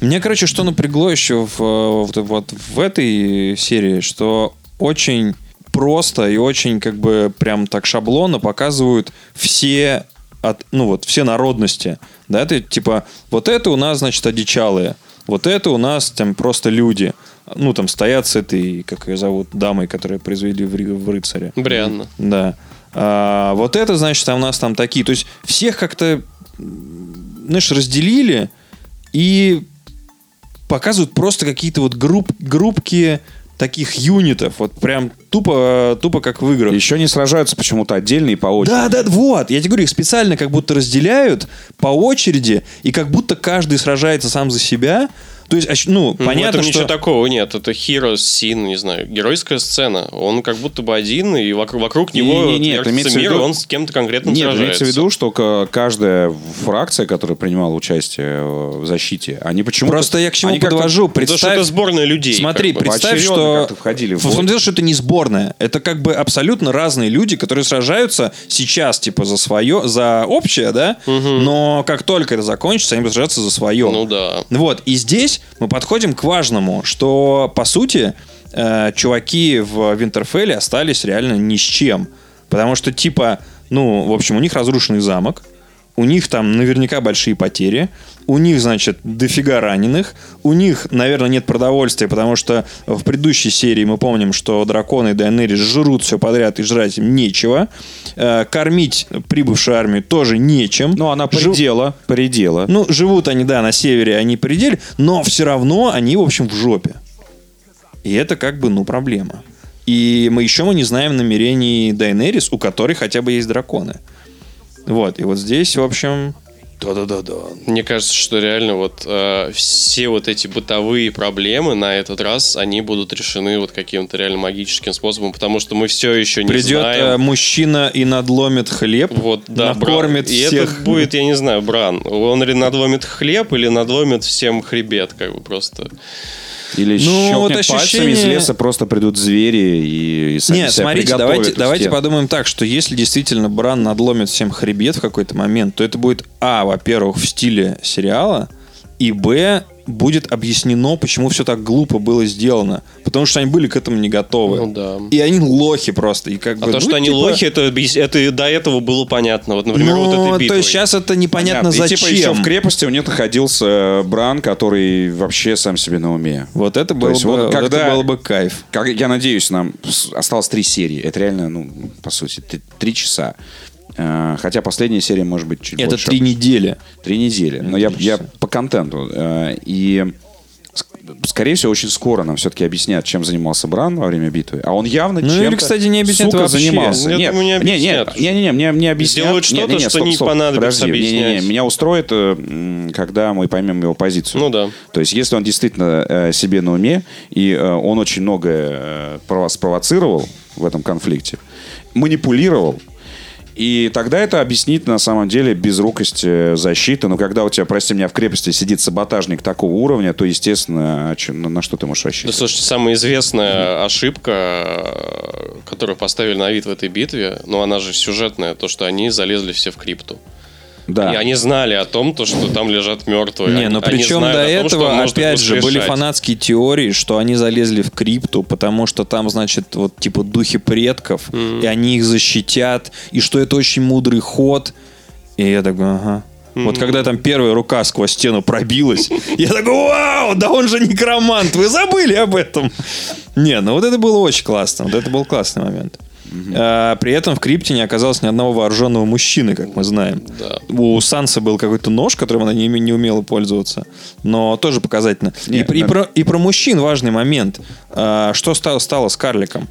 Мне, короче, что напрягло еще в, э, вот, вот в этой серии, что очень просто и очень как бы прям так шаблонно показывают все от, ну вот, все народности. Да, это типа, вот это у нас, значит, одичалые, вот это у нас там просто люди. Ну, там стоят с этой, как ее зовут, дамой, которую произвели в, ры- в рыцаре.
Брианна.
Да. А, вот это, значит, а у нас там такие. То есть всех как-то, м, знаешь, разделили и показывают просто какие-то вот групп, группки таких юнитов. Вот прям тупо, тупо как в играх.
Еще не сражаются почему-то отдельно и по очереди.
Да, да, вот. Я тебе говорю, их специально как будто разделяют по очереди, и как будто каждый сражается сам за себя. То есть, ощ- ну,
Ну, в
понятно,
этом
что...
ничего такого нет. Это Hero Scene, не знаю, геройская сцена. Он как будто бы один, и вокруг, вокруг
Не-
него
не- не, это
вертится
имеется в
мир, и
виду-
он с кем-то конкретно
Нет,
сражается. Ну,
имеется в виду, что к- каждая фракция, которая принимала участие э, в защите, они почему-то...
Просто я к чему
они как-то-
подвожу.
Потому что это
Представь,
сборная людей.
Смотри,
как бы.
представь,
Поочерёдно
что...
как-то входили в
В том
бой.
дело, что это не сборная. Это как бы абсолютно разные люди, которые сражаются сейчас, типа, за свое, за общее, да? Но как только это закончится, они будут сражаться за свое.
Ну да.
Вот, и здесь мы подходим к важному, что, по сути, э, чуваки в Винтерфелле остались реально ни с чем. Потому что, типа, ну, в общем, у них разрушенный замок, у них там наверняка большие потери, у них, значит, дофига раненых, у них, наверное, нет продовольствия, потому что в предыдущей серии мы помним, что драконы и Дейенерис жрут все подряд и жрать им нечего. Э, кормить прибывшую армию тоже нечем.
Ну, она
Жив-
предела, предела.
ну, живут они, да, на севере, они пределе, но все равно они, в общем, в жопе. И это как бы, ну, проблема. И мы еще мы не знаем намерений Дайнерис, у которой хотя бы есть драконы. Вот, и вот здесь, в общем...
Мне кажется, что реально вот э, все вот эти бытовые проблемы на этот раз, они будут решены вот каким-то реально магическим способом, потому что мы все еще не
придет э,
знаем.
мужчина и надломит хлеб,
Вот, да, Бран.
накормит
И
всех.
это будет, я не знаю, Бран. Он или надломит хлеб, или надломит всем хребет, как бы просто.
Или
Ну,
щелкнет
вот
пальцами, из
ощущение-
леса просто придут звери и, и сами
Нет,
себя
смотрите,
приготовят
давайте,
у
давайте
стен.
подумаем так, что если действительно Бран надломит всем хребет в какой-то момент, то это будет, а, во-первых, в стиле сериала, и, б, будет объяснено, почему все так глупо было сделано. Потому что они были к этому не готовы.
Ну да.
И они лохи просто. И как бы,
А то,
ну,
что они
типа,
лохи, это, объяс- это и до этого было понятно. Вот, например,
ну,
вот этой
то
битвой.
есть сейчас это непонятно
Понятно.
зачем.
И типа еще в крепости у них находился э, Бран, который вообще сам себе на уме.
Вот это было,
есть
бы,
вот
вот
когда-
это было бы кайф.
Как, я надеюсь, нам с- осталось три серии. Это реально, ну, по сути, т- три часа. Э, Хотя последняя серия может быть чуть
Это
больше.
три недели.
Три недели. Но я, я по контенту. Э, И скорее всего, очень скоро нам все-таки объяснят, чем занимался Бран во время битвы. А он явно
Ну,
чем-то,
или, кстати, не объяснят
сука,
вообще.
занимался.
Я
нет,
думаю, не
не,
объяснят.
нет, не, не, не, мне, мне объяснят. Не,
Сделают
не,
что-то,
не,
что
стоп,
не
стоп,
понадобится
подожди, не, не, не,
объяснять.
меня устроит, э, м, когда мы поймем его позицию.
Ну да.
То есть, если он действительно э, себе на уме, и э, он очень многое э, прово- спровоцировал в этом конфликте, манипулировал, и тогда это объяснит на самом деле безрукость э, защиты. Но когда у тебя, прости меня, в крепости сидит саботажник такого уровня, то, естественно, о чём- на, на что ты можешь
Да,
рассчитывать?
слушайте, самая известная ошибка, э, которую поставили на вид в этой битве, ну она же сюжетная, то, что они залезли все в крипту.
Да.
И они знали о том, то, что там лежат мертвые.
Не,
Они-
но
они
причем
знают
до
о том, что
этого,
можно их
опять же, были
воскрешать.
фанатские теории, что они залезли в крипту, потому что там, значит, вот типа духи предков, и они их защитят, и что это очень мудрый ход. И я такой, ага. Вот когда там первая рука сквозь стену пробилась, я такой, вау, да он же некромант, вы забыли об этом. Не, ну вот это было очень классно, вот это был классный момент. А, При этом в крипте не оказалось ни одного вооруженного мужчины, как мы знаем.
Да.
У Санса был какой-то нож, которым она не, не умела пользоваться. Но тоже показательно. и,
Не,
про- и
да.
про, и про мужчин важный момент. А, Что стало, стало с карликом?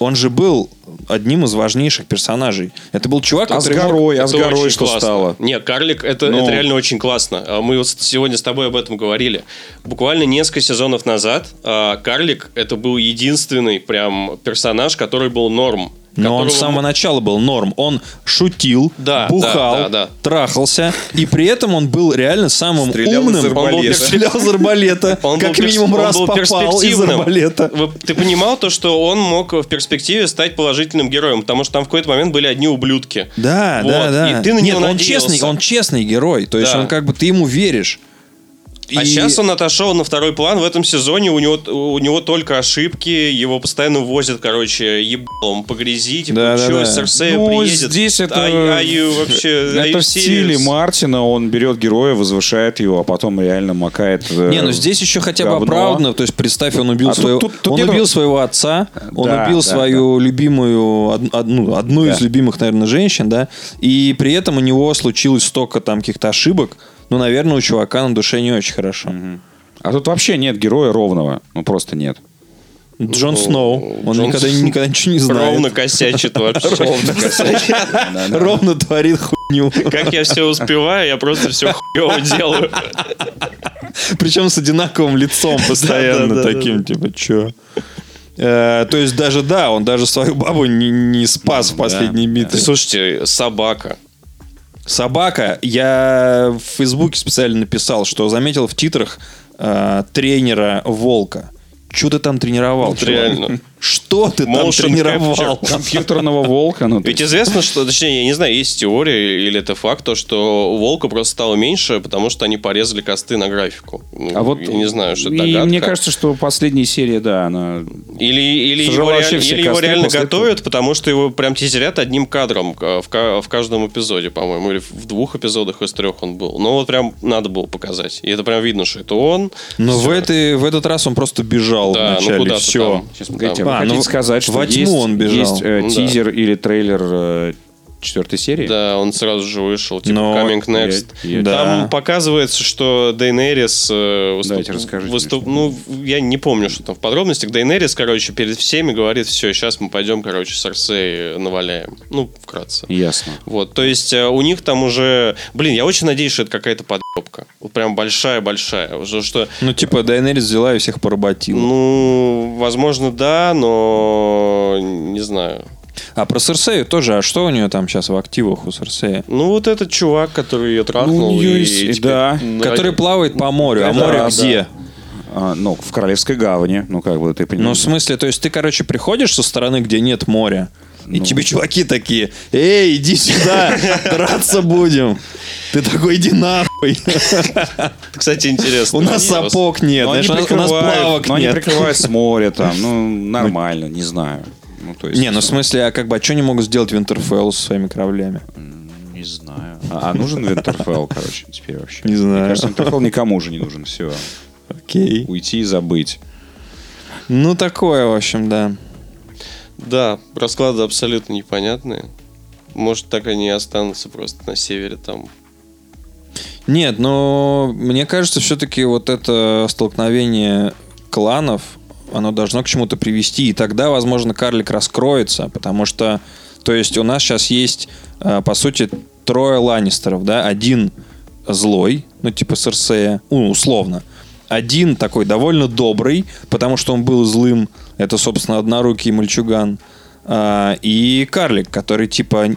Он же был одним из важнейших персонажей. Это был чувак,
А с
который... мог-
горой, а с
Это
горой
очень
что
классно.
стало?
Нет, карлик, это,
Ну.
это реально очень классно. А Мы вот сегодня с тобой об этом говорили. Буквально несколько сезонов назад а, карлик это был единственный прям персонаж, который был норм.
Но он
которого
с самого
мы-
начала был норм. Он шутил,
Да,
бухал,
да, да, да.
трахался, и при этом он был реально самым
Стрелял из
умным.
арбалета.
Он был- стрелял из арбалета.
Он был
Как
перс-
минимум
он
раз
был
попал из
перспективным.
арбалета.
Вы- Ты понимал то, что он мог в перспективе стать положительным героем, потому что там в какой-то момент были одни ублюдки.
Да,
Вот,
да, да.
И ты на
Нет,
него
он
надеялся.
честный, он честный герой. То есть
Да.
он как бы ты ему веришь.
А
И-
сейчас он отошел на второй план. В этом сезоне у него, у него только ошибки. Его постоянно возят, короче, ебалом по грязи. Типа,
Да, да,
чё,
да.
Серсея
Ну,
приедет?
здесь это...
А, а you вообще... are you
это в стиле
serious?
Мартина. Он берет героя, возвышает его, а потом реально макает... э,
Не, ну здесь еще хотя бы
говно.
оправданно. То есть представь, он убил
А тут-
своего,
тут- тут
он
нет-
убил своего отца, он
Да,
убил
да,
свою любимую од- одну, одну из
Да.
любимых, наверное, женщин, да. И при этом у него случилось столько там каких-то ошибок. Ну, наверное, у чувака на душе не очень хорошо.
А тут вообще нет героя ровного. Ну, просто нет. Ну,
Джон Сноу, он
Джон
никогда,
Сноу.
никогда ничего не знает.
Ровно косячит вообще.
Ровно творит хуйню.
Как я все успеваю, я просто все хуево делаю.
Причем с одинаковым лицом постоянно таким, типа, чё? Э, То есть даже, да, он даже свою бабу не, не спас в последней битве.
Слушайте, собака.
Собака, я в Фейсбуке специально написал, что заметил в titrах э, тренера Волка. Что ты там тренировал?
Вот
чувак?
реально.
Что ты там
Motion
тренировал?
capture.
Компьютерного волка. Ну, то
Ведь
есть-
известно, что, точнее, я не знаю, есть теория или это факт, то, что у волка просто стало меньше, потому что они порезали косты на графику. Ну,
А вот
я не знаю, что это
и
догадка.
мне кажется, что последняя серия, да, она
Или, или
Сожрала
его, реаль-
вообще все
или его
косты
реально
после
готовят, потому что его прям тизерят одним кадром э, в, ка- в каждом эпизоде, по-моему, или в двух эпизодах из трех он был. Но вот прям надо было показать. И это прям видно, что это он.
Ну,
Но в, этой, в этот раз он просто бежал
Да, ну
вначале.
куда-то
Все.
там. Сейчас мы
Погодите,
там.
а вы
А,
хотите
ну,
сказать, что
во тьму
есть,
он бежал.
есть, э,
Ну да.
тизер или трейлер э, четвертой серии?
Да, он сразу же вышел, типа
Но-
Coming Next.
Я- я-
Да.
Там показывается, что Дейнерис э, выступ-
Давайте расскажите
выступ- Ну, я не помню, что там в подробностях. Дейнерис, короче, перед всеми говорит, все, сейчас мы пойдем, короче, Сарсей наваляем. Ну, вкратце.
Ясно.
Вот, то есть э, у них там уже... Блин, я очень надеюсь, что это какая-то подъебка. Вот прям большая-большая. Уже что...
Ну, типа, Дайнерис взяла и всех поработила.
Ну, возможно, да, но не знаю.
А про Серсею тоже. А что у нее там сейчас в активах у Серсея?
Ну, вот этот чувак, который ее трахнул.
Ну, у неё
и
есть-
теперь
да.
на-
Который плавает по морю. А
Ну, Да,
море
да.
где?
А, ну, в Королевской гавани, ну, как бы, ты
Ну, в
понимаешь.
смысле, то есть ты, короче, приходишь со стороны, где нет моря, и
Ну.
тебе чуваки такие, эй, иди сюда, драться будем. Ты такой, иди нахуй.
Кстати, интересно.
Ну,
У нас
Просто-
сапог нет,
Но ну, они
знаешь, у нас- у нас
прикрывают-
плавок
но они
нет.
прикрывают с моря там, ну, нормально, не знаю. Ну, то есть,
Не, ну в смысле, а как бы, а что не могут сделать Винтерфелл со своими кораблями?
не знаю. А, а нужен Винтерфелл, короче, теперь вообще?
Не знаю.
Мне кажется, Винтерфелл никому уже не нужен, все.
Окей.
Уйти и забыть.
Ну, такое, в общем, да.
Да, расклады абсолютно непонятные. Может, так они и останутся просто на севере там.
Нет, но мне кажется, все-таки вот это столкновение кланов, оно должно к чему-то привести, и тогда, возможно, карлик раскроется, потому что, то есть у нас сейчас есть, э, по сути, трое Ланнистеров, да, один злой, ну, типа Серсея, ну, условно, один такой довольно добрый, потому что он был злым, это, собственно, однорукий мальчуган, а, и карлик, который, типа,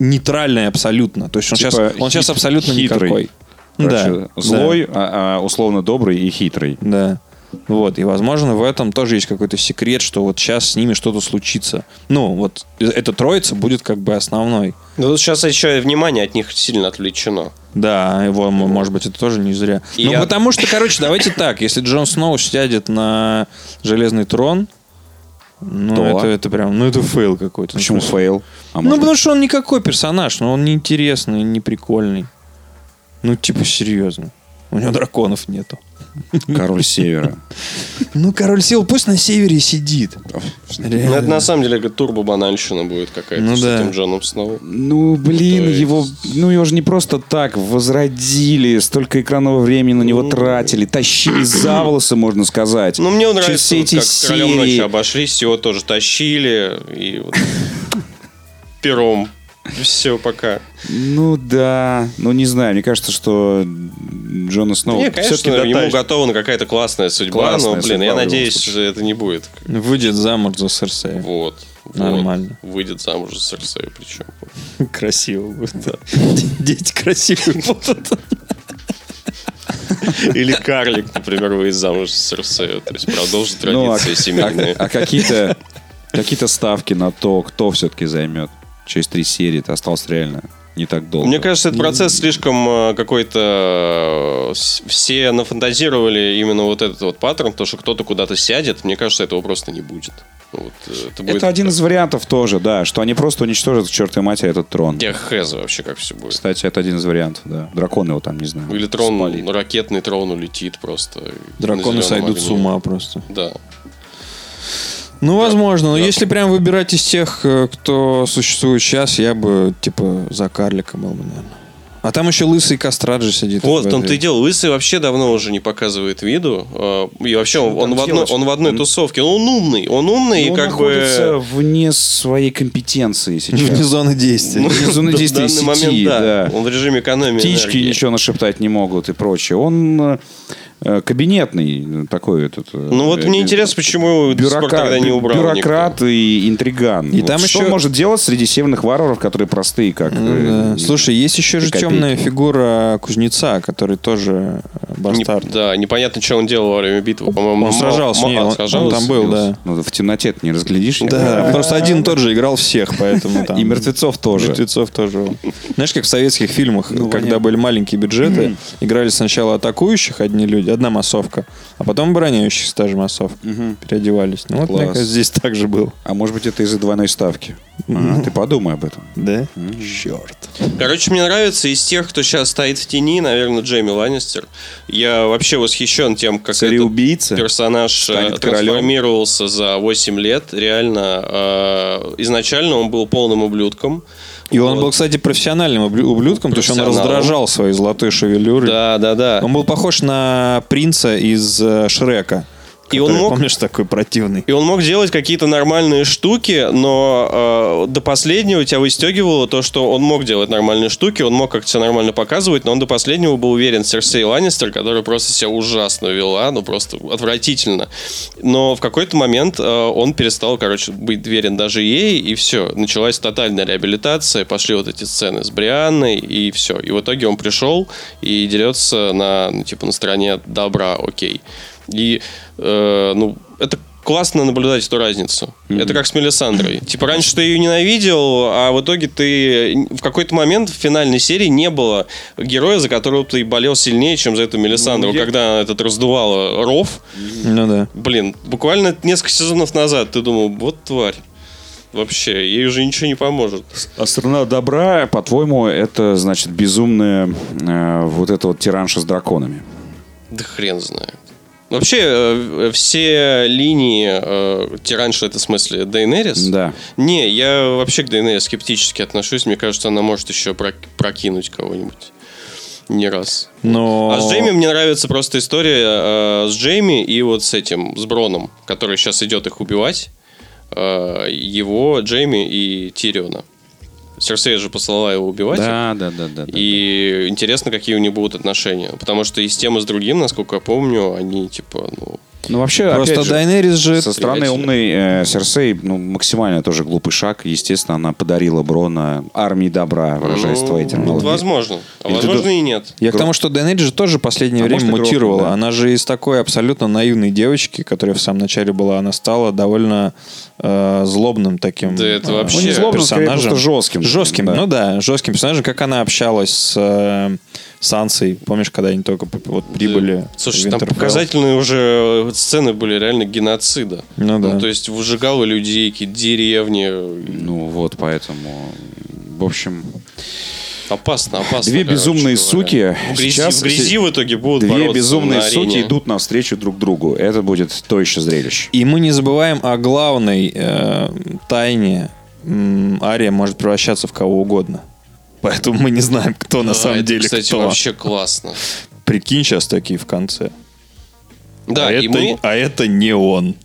нейтральный абсолютно, то есть он,
Типа
сейчас, он сейчас
хит-
абсолютно
хитрый.
никакой.
Короче,
да,
злой, а- а условно добрый и хитрый.
Да. Вот, и, возможно, в этом тоже есть какой-то секрет, что вот сейчас с ними что-то случится. Ну, вот эта троица будет как бы основной.
Ну, тут сейчас еще и внимание от них сильно отвлечено.
Да, его, м- может быть, это тоже не зря.
И
ну,
я-
потому что, короче, давайте так, если Джон Сноу сядет на Железный трон, ну,
То.
это, это прям, ну, это фейл какой-то.
Почему
Ну,
фейл? А
Ну,
может
потому что он никакой персонаж, но он неинтересный, не прикольный. Ну, типа, серьезно. У него драконов нету.
быть, король севера.
Ну, король сил, пусть на севере сидит.
Ну,
Реально.
это на самом деле турбо банальщина будет какая-то
Ну
с
да.
этим Джоном Сноу.
Ну, блин,
То есть-
его, ну, его же не просто так возродили, столько экранного времени на него тратили, тащили за волосы, можно сказать.
Ну, мне он
Через все
нравится, вот
эти
как королем ночи
серии.
обошлись, его тоже тащили, и вот пером. Все, пока.
Ну да, ну не знаю, мне кажется, что Джона Сноу
Не, конечно,
Ну, всё-таки
ему
дотащит.
готова ну, какая-то классная судьба,
Классная
но, блин,
судьба
я
в любом
надеюсь,
случае.
что это не будет.
Выйдет замуж за Серсея.
Вот. вот.
Нормально.
Выйдет замуж за Серсею причем.
Красиво будет. Дети красивые будут.
Или Карлик, например, выйдет замуж за Серсею. То есть продолжит
Ну, а-
традиции семейные.
А какие-то какие-то ставки на то, кто все-таки займет через три серии, это осталось реально не так долго.
Мне кажется, этот процесс слишком э, какой-то... э, с- Все нафантазировали именно вот этот вот паттерн, то, что кто-то куда-то сядет. Мне кажется, этого просто не будет. Вот, э, это будет
это один из вариантов тоже, да, что они просто уничтожат к чертовой матери этот трон.
Я хз вообще, как все будет.
Кстати, это один из вариантов, да. Дракон его там, не знаю.
Или трон,
спалит.
ну, ракетный трон улетит просто.
Драконы
на зелёном
сойдут
огне.
с ума просто.
Да.
Ну, возможно. Но
да.
если прям выбирать из тех, э, кто существует сейчас, я бы, типа, за карлика был бы, наверное. А там еще лысый Кастраджи сидит.
Вот, в том-то и
ты
дело. Лысый вообще давно уже не показывает виду. Э, И вообще он, он
там
в, одной,
делать?
он в одной тусовке. Ну, он умный. Он умный
Ну,
и
он
как
находится
бы...
вне своей компетенции
Вне
сейчас.
зоны действия.
ну,
вне зоны
в
действия
данный
сети,
момент, да.
да.
Он в режиме экономии
Птички
энергии.
ничего нашептать не могут и прочее. Он э, э, кабинетный э, такой этот. э,
Ну вот мне
э,
интересно, почему Бюрократ,
Бюрократ,
тогда не убрал
бюрократ
никто.
и интриган.
И
Вот
там
что
еще-
может делать среди северных варваров, которые простые, как...
Ну
э,
да. Слушай, есть еще
Ни
же
копейки.
темная фигура кузнеца, который тоже э,
Не-
бастард.
да, непонятно, что он делал во время битвы. По-моему,
Он
мал-
сражался,
мал-
не,
а,
он- он
сражался?
там был, да.
ну, в темноте ты не разглядишь. я
Да,
понимаю.
потому что один и тот же играл всех, поэтому там...
И мертвецов тоже.
Мертвецов тоже. Ну, он. Знаешь, как в советских фильмах, когда
понятно.
были маленькие бюджеты, играли сначала атакующих одни люди, одна массовка, а потом обороняющих та же массовка. Переодевались. Ну вот, мне
Класс.
кажется, здесь так же было.
А может быть, это из-за двойной ставки. А, Ты подумай об этом.
Да? Черт.
Короче, мне нравится из тех, кто сейчас стоит в тени, наверное, Джейми Ланнистер. Я вообще восхищен тем, как этот
Цареубийца.
персонаж э,
станет королем.
трансформировался за 8 лет. Реально, э, изначально он был полным ублюдком.
И он
Вот.
был, кстати, профессиональным облю- ублюдком, то есть он
Профессионалом.
раздражал своей золотой шевелюрой.
Да, да, да.
Он был похож на принца из э, Шрека.
И он
который,
мог-
Помнишь, такой противный?
И он мог делать какие-то нормальные штуки, но э, до последнего тебя выстегивало то, что он мог делать нормальные штуки, он мог как-то себя нормально показывать, но он до последнего был уверен Серсей Ланнистер, которая просто себя ужасно вела, ну просто отвратительно. Но в какой-то момент э, он перестал, короче, быть верен даже ей, и все. Началась тотальная реабилитация, пошли вот эти сцены с Брианной, и все. И в итоге он пришел и дерется на, ну, типа, на стороне добра, окей. И, э, ну, это классно наблюдать эту разницу. Это как с Мелисандрой. Типа, раньше ты ее ненавидел, а в итоге ты в какой-то момент в финальной серии не было героя, за которого ты болел сильнее, чем за эту Мелисандру, когда она этот раздувала ров.
Ну да.
Блин, буквально несколько сезонов назад ты думал, вот тварь. Вообще, ей уже ничего не поможет.
А страна добра, по-твоему, это значит безумная э, вот эта вот тиранша с драконами.
Да хрен знает. Вообще, э, все линии э, тиранша, это в смысле Дейнерис?
Да.
Не, я вообще к Дейнерис скептически отношусь. Мне кажется, она может еще прок- прокинуть кого-нибудь. не раз.
Но...
А с Джейми мне нравится просто история э, с Джейми и вот с этим, с Броном, который сейчас идет их убивать. Э, его, Джейми и Тириона. Серсея же послала его убивать.
Да, да, да, да. да.
И интересно, какие у них будут отношения. Потому что и с тем, и с другим, насколько я помню, они типа, ну,
Ну вообще,
Просто
опять же,
Дайнерис же...
со стороны
приятель.
умной э, Серсей, ну, максимально тоже глупый шаг. Естественно, она подарила Брона армии добра, выражаясь
ну,
твоей
вот
терминологией.
возможно. А
И ты
возможно
ду-
и нет.
Я к тому, что Дайнерис же тоже последнее
А
время
может, и Грохнул,
мутировала.
да.
Она же из такой абсолютно наивной девочки, которая в самом начале была, она стала довольно э, злобным таким
Да это
э,
вообще- Ну, не
злобным, скорее,
персонажем.
просто жестким.
Жестким,
Да.
ну да, жестким персонажем. Как она общалась с э, Сансой, помнишь, когда они только п- вот прибыли?
Да. Слушай,
в
там
Winterfell?
показательные уже э, сцены были реально геноцида.
Ну да.
то есть выжигало людей, какие-то деревни.
Ну вот, поэтому... В общем,
Опасно, опасно.
Две
короче
безумные
говоря.
суки
В грязи,
сейчас-
в, грязи в итоге будут
две
бороться
безумные
на арене.
сути идут навстречу друг другу. Это будет то еще зрелище.
И мы не забываем о главной э, тайне. М, Ария может превращаться в кого угодно. Поэтому мы не знаем, кто на
Да,
самом
А, это,
деле
кстати,
кто.
вообще классно.
Прикинь, сейчас такие в конце.
Да,
а,
и,
это,
мы,
а это не он.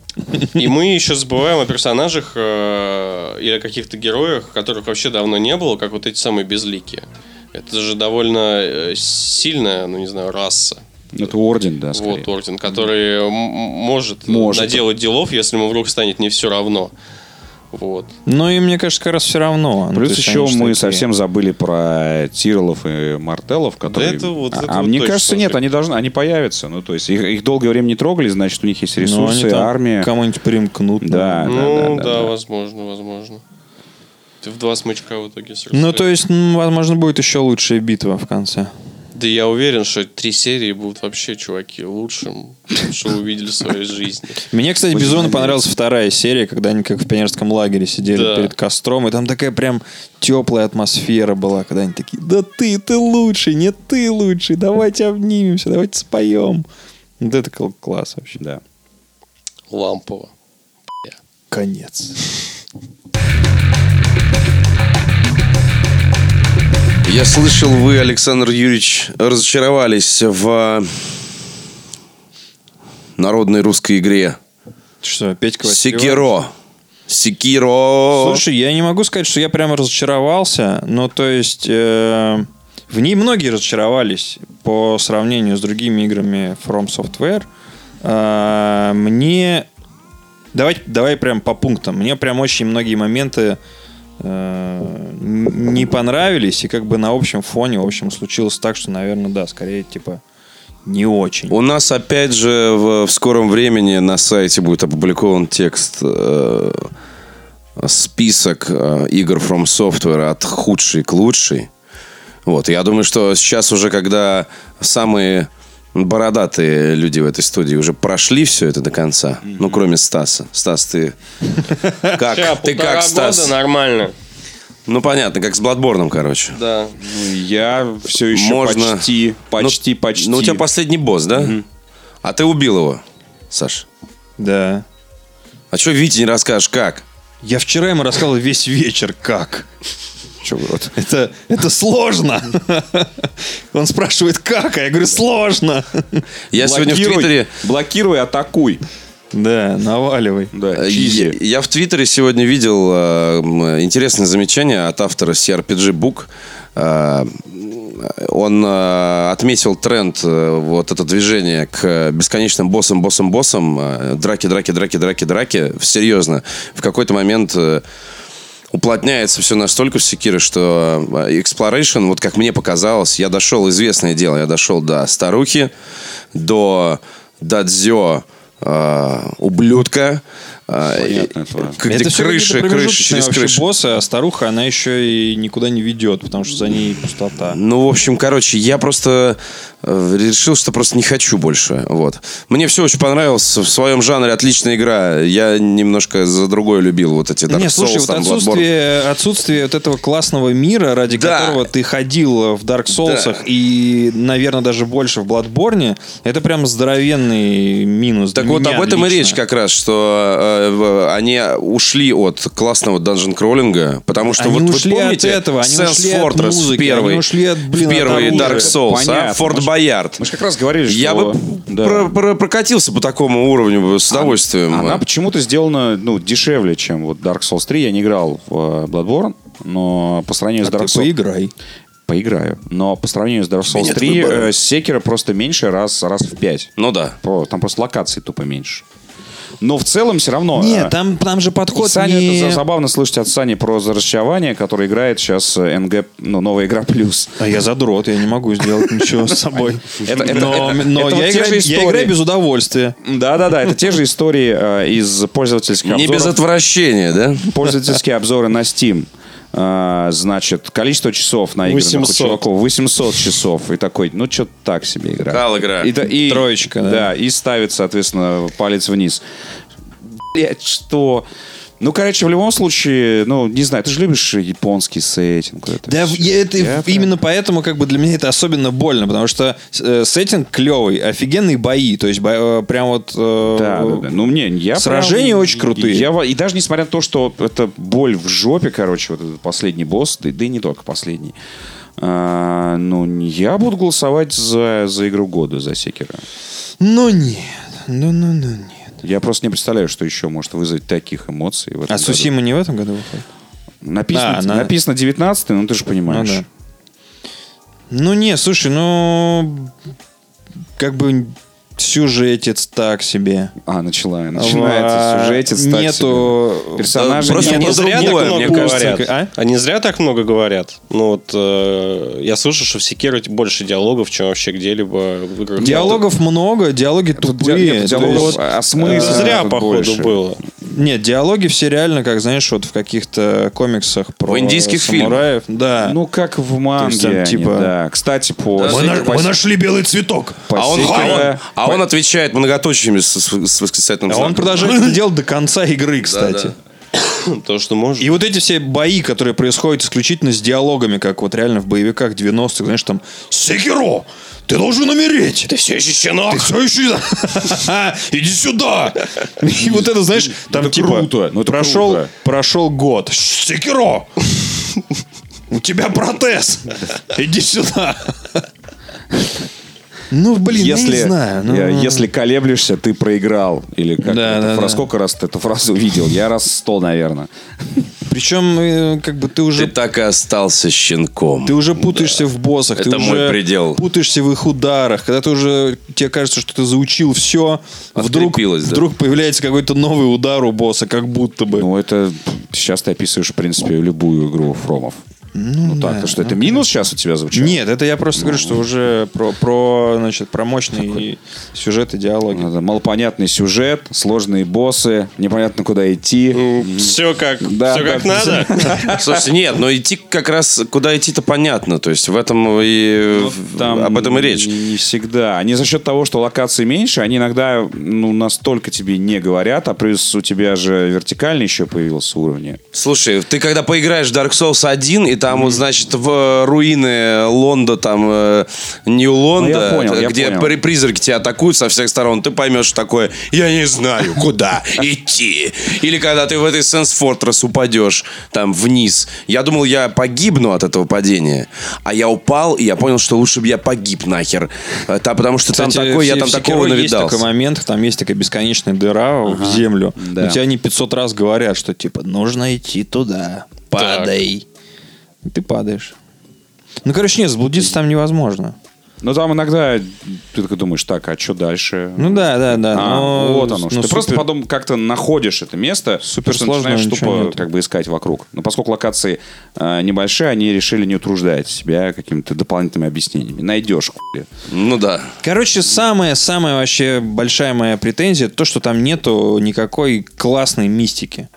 и мы еще забываем о персонажах э, или о каких-то героях, которых вообще давно не было, как вот эти самые безликие. Это же довольно э, сильная, ну не знаю, раса.
Это орден, да, скорее.
Вот орден, который м- м- может,
Может.
наделать делов, если ему вдруг станет не все равно. Вот.
Ну и мне кажется, как раз все равно. Ну,
Плюс
то есть
еще
они же
мы
такие.
совсем забыли про Тирлов и Мартелов, которые...
это вот-
а,
это
а
вот
мне
точно
кажется,
вообще.
нет, они должны, они появятся. Ну, то есть их, их долгое время не трогали, значит, у них есть
Ну, они
ресурсы,
там
армия.
Кому-нибудь примкнут.
Да,
наверное.
ну,
да, да,
да,
да.
возможно, возможно. Ты в два смычка в итоге сразу.
Ну, то есть, м, возможно, будет еще лучшая битва в конце.
Да я уверен, что три серии будут вообще, чуваки, лучшим, что увидели в своей жизни.
Мне, кстати,
Очень
безумно
надеюсь.
понравилась вторая серия, когда они как в пионерском лагере сидели
Да.
перед костром, и там такая прям теплая атмосфера была, когда они такие, да ты, ты лучший, нет, ты лучший, давайте обнимемся, давайте споем. Вот это кл- класс вообще.
Да.
Лампово.
Конец.
Я слышал, вы, Александр Юрьевич, разочаровались в э, народной русской игре
Что, Петька Васильева?
Секиро. Секиро.
Слушай, я не могу сказать, что я прямо разочаровался, но то есть э, в ней многие разочаровались по сравнению с другими играми From Software. Э, мне... Давай, давай прям по пунктам. Мне прям очень многие моменты э, н- не понравились, и как бы на общем фоне, в общем, случилось так, что, наверное, да, скорее, типа, не очень.
У нас опять же в, в скором времени на сайте будет опубликован текст э, список э, игр From Software от худшей к лучшей. Вот, я думаю, что сейчас уже, когда самые бородатые люди в этой студии уже прошли все это до конца, ну кроме Стаса. Стас, ты как?
Ща,
ты
полтора
как, Стас?
года нормально.
Ну понятно, как с Бладборном, короче.
Да.
Ну, Я все еще
Можно-
почти, почти,
ну,
почти.
Ну у тебя последний босс, да? А ты убил его, Саш.
Да.
А что Вите не расскажешь, как?
Я вчера ему рассказывал весь вечер, как.
Чё, вот.
Это, это сложно. Он спрашивает, как? А я говорю, сложно.
Я сегодня в
Блокируй,
Твиттере...
Блокируй, атакуй.
Да, наваливай.
Да,
э, Я,
чизи.
я в Твиттере сегодня видел э, м, интересное замечание от автора CRPG Book. Э, он э, отметил тренд, э, вот это движение к бесконечным боссам, боссам, боссам. э, Драки, драки, драки, драки, драки. Серьезно. В какой-то момент... э, уплотняется все настолько в Секире, что э, Exploration, вот как мне показалось, я дошел, известное дело, я дошел до старухи, до Дадзё, э, ублюдка, э, и-
Понятно, это важно.
к- где крыши,
всё какие-то
крыши, через
промежуточные вообще
крыши.
боссы, а старуха, она еще и никуда не ведет, потому что за ней пустота.
Ну, в общем, короче, я просто э, решил, что просто не хочу больше. Вот. Мне все очень понравилось. В своем жанре отличная игра. Я немножко за другое любил вот эти Dark
Не, слушай,
Souls,
вот
там, Bloodborne.
отсутствие, отсутствие вот этого классного мира, ради
Да.
которого ты ходил в Dark Souls
Да.
и, наверное, даже больше в Bloodborne, это прям здоровенный минус.
Так
для
вот,
меня
об этом и
лично.
речь как раз, что э, э, они ушли от классного данжен кроллинга, потому что
Они
вот
ушли
вы
от
помните
этого, они
Sense
ушли от
Fortress
музыки,
первый,
они ушли от, блин, от
первый
оружия.
Dark Souls, а
Понятно.
Форт
Мы ж-
Боярд.
Мы же как раз говорили, что...
Я бы
Да.
про- про- прокатился по такому уровню
А,
с удовольствием.
Она почему-то сделана ну, дешевле, чем вот Dark Souls 3. Я не играл в э, Bloodborne, но по сравнению с Dark Souls...
Поиграй.
Поиграю. Но по сравнению с Dark Souls
нет
3,
выбора.
э, Секера просто меньше раз, раз в 5.
Ну да.
Там просто локаций тупо меньше. Но в целом все равно... э,
Нет, там, там же
И
подход
Саня,
не-
это за- забавно слышать от Сани про разочарование, который играет сейчас э, НГ, ну, новая игра плюс.
А я задрот, я не могу сделать ничего с собой.
Это- это-
Но
это-
но
это вот
я
те же
играю- я
истории.
играю без удовольствия.
Да-да-да, это те же истории э, из пользовательских
Не без
обзоров.
отвращения, да?
Пользовательские обзоры на Steam. Э, Значит, количество часов на
800.
чуваков 800 часов. И такой, ну, что-то так себе игра.
Кал игра.
И, да- и-
Троечка, да.
Да, и ставит, соответственно, палец вниз. Блять, что... Ну, короче, в любом случае, ну, не знаю, ты же любишь японский сеттинг. вот это
Да,
всё.
в- я это-
Я прям-
именно поэтому как бы для меня это особенно больно, потому что э, сеттинг клевый, офигенные бои, то есть бо- э, прям вот э,
Да, да, да. Ну, мне я
Сражения
прям-
очень крутые.
Я, во- и даже несмотря на то, что это боль в жопе, короче, вот этот последний босс, да, да и не только последний. А, ну, не- я буду голосовать за, за игру года, за Секера.
Ну нет, ну ну ну нет.
Я просто не представляю, что еще может вызвать таких эмоций. в этом
А
году.
Сусима не в этом году выходит?
Написано,
А, на-
написано 19 ну ты же понимаешь.
Ну да. Ну не, слушай, ну как бы сюжетец так себе.
А, начала, начинается
А,
сюжетец. так себе.
Нету
Персонажей
Просто
нет.
не
не зря
зря
такое,
так много
мне
говорят.
кажется. А?
Они зря так много говорят. Ну вот э, я слышу, что в Секиро больше диалогов, чем вообще где-либо в играх.
Диалогов много, диалоги
Ди-
тупые.
нет,
то
диалогов
есть-
о
Ну,
смысле
зря,
тут
походу,
больше.
было.
Нет, диалоги все реально, как знаешь, вот в каких-то комиксах про
В индийских
самураев. Да.
Ну, как в манге.
там,
они,
типа-
да. Кстати, по...
Да,
по- по-
нашли белый цветок.
по
А он,
Секиро-
а он- а он отвечает многоточиями с, с- с восклицательным
А
Ну,
знаком.
он продолжает это делать до конца игры,
Да, да.
кстати.
То, что можно.
И вот эти все бои, которые происходят исключительно с диалогами, как вот реально в боевиках 90-х, знаешь, там «Секиро, ты должен умереть!» «Ты все еще щенок!» «Ты все еще... Иди сюда!» И вот это, знаешь, там типа
круто, ну это
прошел,
круто.
прошел год. «Секиро, у тебя протез! Иди сюда!» Ну, блин, я
если,
не знаю. ну.
э, если колеблешься, ты проиграл. Или как
Да,
это
да,
фра-
да.
сколько раз ты эту фразу увидел? Я раз сто, наверное.
Причем, э, как бы ты
Ты
Ну.
уже
так и остался щенком.
Ты уже путаешься в боссах.
Это
ты
мой
уже
предел.
Путаешься в их ударах. Когда ты уже, тебе кажется, что ты заучил все, вдруг,
Открепилось, да.
вдруг появляется какой-то новый удар у босса, как будто бы.
Ну, это сейчас ты описываешь, в принципе, любую игру Фромов. Ну, так, то, что это минус сейчас у тебя звучит?
Нет, это я просто говорю, что уже про, про, значит, про мощные сюжеты, диалоги.
Это малопонятный сюжет, сложные боссы, непонятно, куда идти.
Все как,
Да,
все как
да,
надо.
Слушайте, нет, но идти как раз, куда идти-то понятно. То есть в этом и
Ну,
в-
там
об этом и речь.
Не, не всегда. Они за счет того, что локаций меньше, они иногда ну, настолько тебе не говорят, а плюс у тебя же вертикальный еще появился уровень.
Слушай, ты когда поиграешь в Dark Souls 1, и там, вот, значит, в э, руины Лонда, там, э, Нью-Лонда,
Ну, я понял, я
где
понял.
при- призраки тебя атакуют со всех сторон, ты поймешь что такое, я не знаю, куда идти. Или когда ты в этой Sense Fortress упадешь, там, вниз. Я думал, я погибну от этого падения, а я упал, и я понял, что лучше бы я погиб нахер. Э, та- потому что там
Кстати,
такой, я
в-
там
в
такого
Sekiro Есть такой
навидался.
момент, там есть такая бесконечная дыра в землю. Но тебе они 500 раз говорят, что типа нужно идти туда, падай. И Ты падаешь. Ну, короче, нет, заблудиться там невозможно.
Но там иногда ты такой думаешь, так, а что дальше?
Ну да, да, да.
А,
но-
вот оно.
но
что. Ты
супер-
просто потом как-то находишь это место, потому что
сложного
начинаешь
ничего
тупо
нет.
как бы искать вокруг. Но поскольку локации э, небольшие, они решили не утруждать себя какими-то дополнительными объяснениями. Найдешь, хули.
Ну да.
Короче, самая-самая вообще большая моя претензия, то, что там нету никакой классной мистики.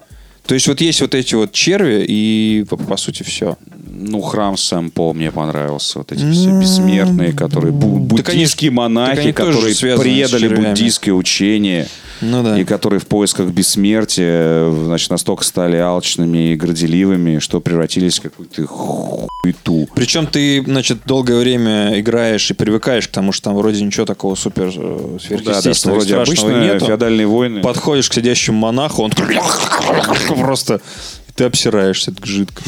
То есть вот есть вот эти вот черви и, по, по сути, все.
Ну, храм сам Пол мне понравился. Вот эти все бессмертные, которые... бу-
да, конечно.
буддийские
М-м-м. Так
монахи,
они тоже
которые
связаны с
предали
червями.
буддийское учение.
Ну да.
и которые в поисках бессмертия значит, настолько стали алчными и горделивыми, что превратились в какую-то хуету.
Причем ты, значит, долгое время играешь и привыкаешь к тому, что там вроде ничего такого супер э,
Ну Да, да, что
сверхъестественного и
вроде
страшного
обычные
нету.
феодальные войны.
Подходишь к сидящему монаху, он просто... и Ты обсираешься, это жидко.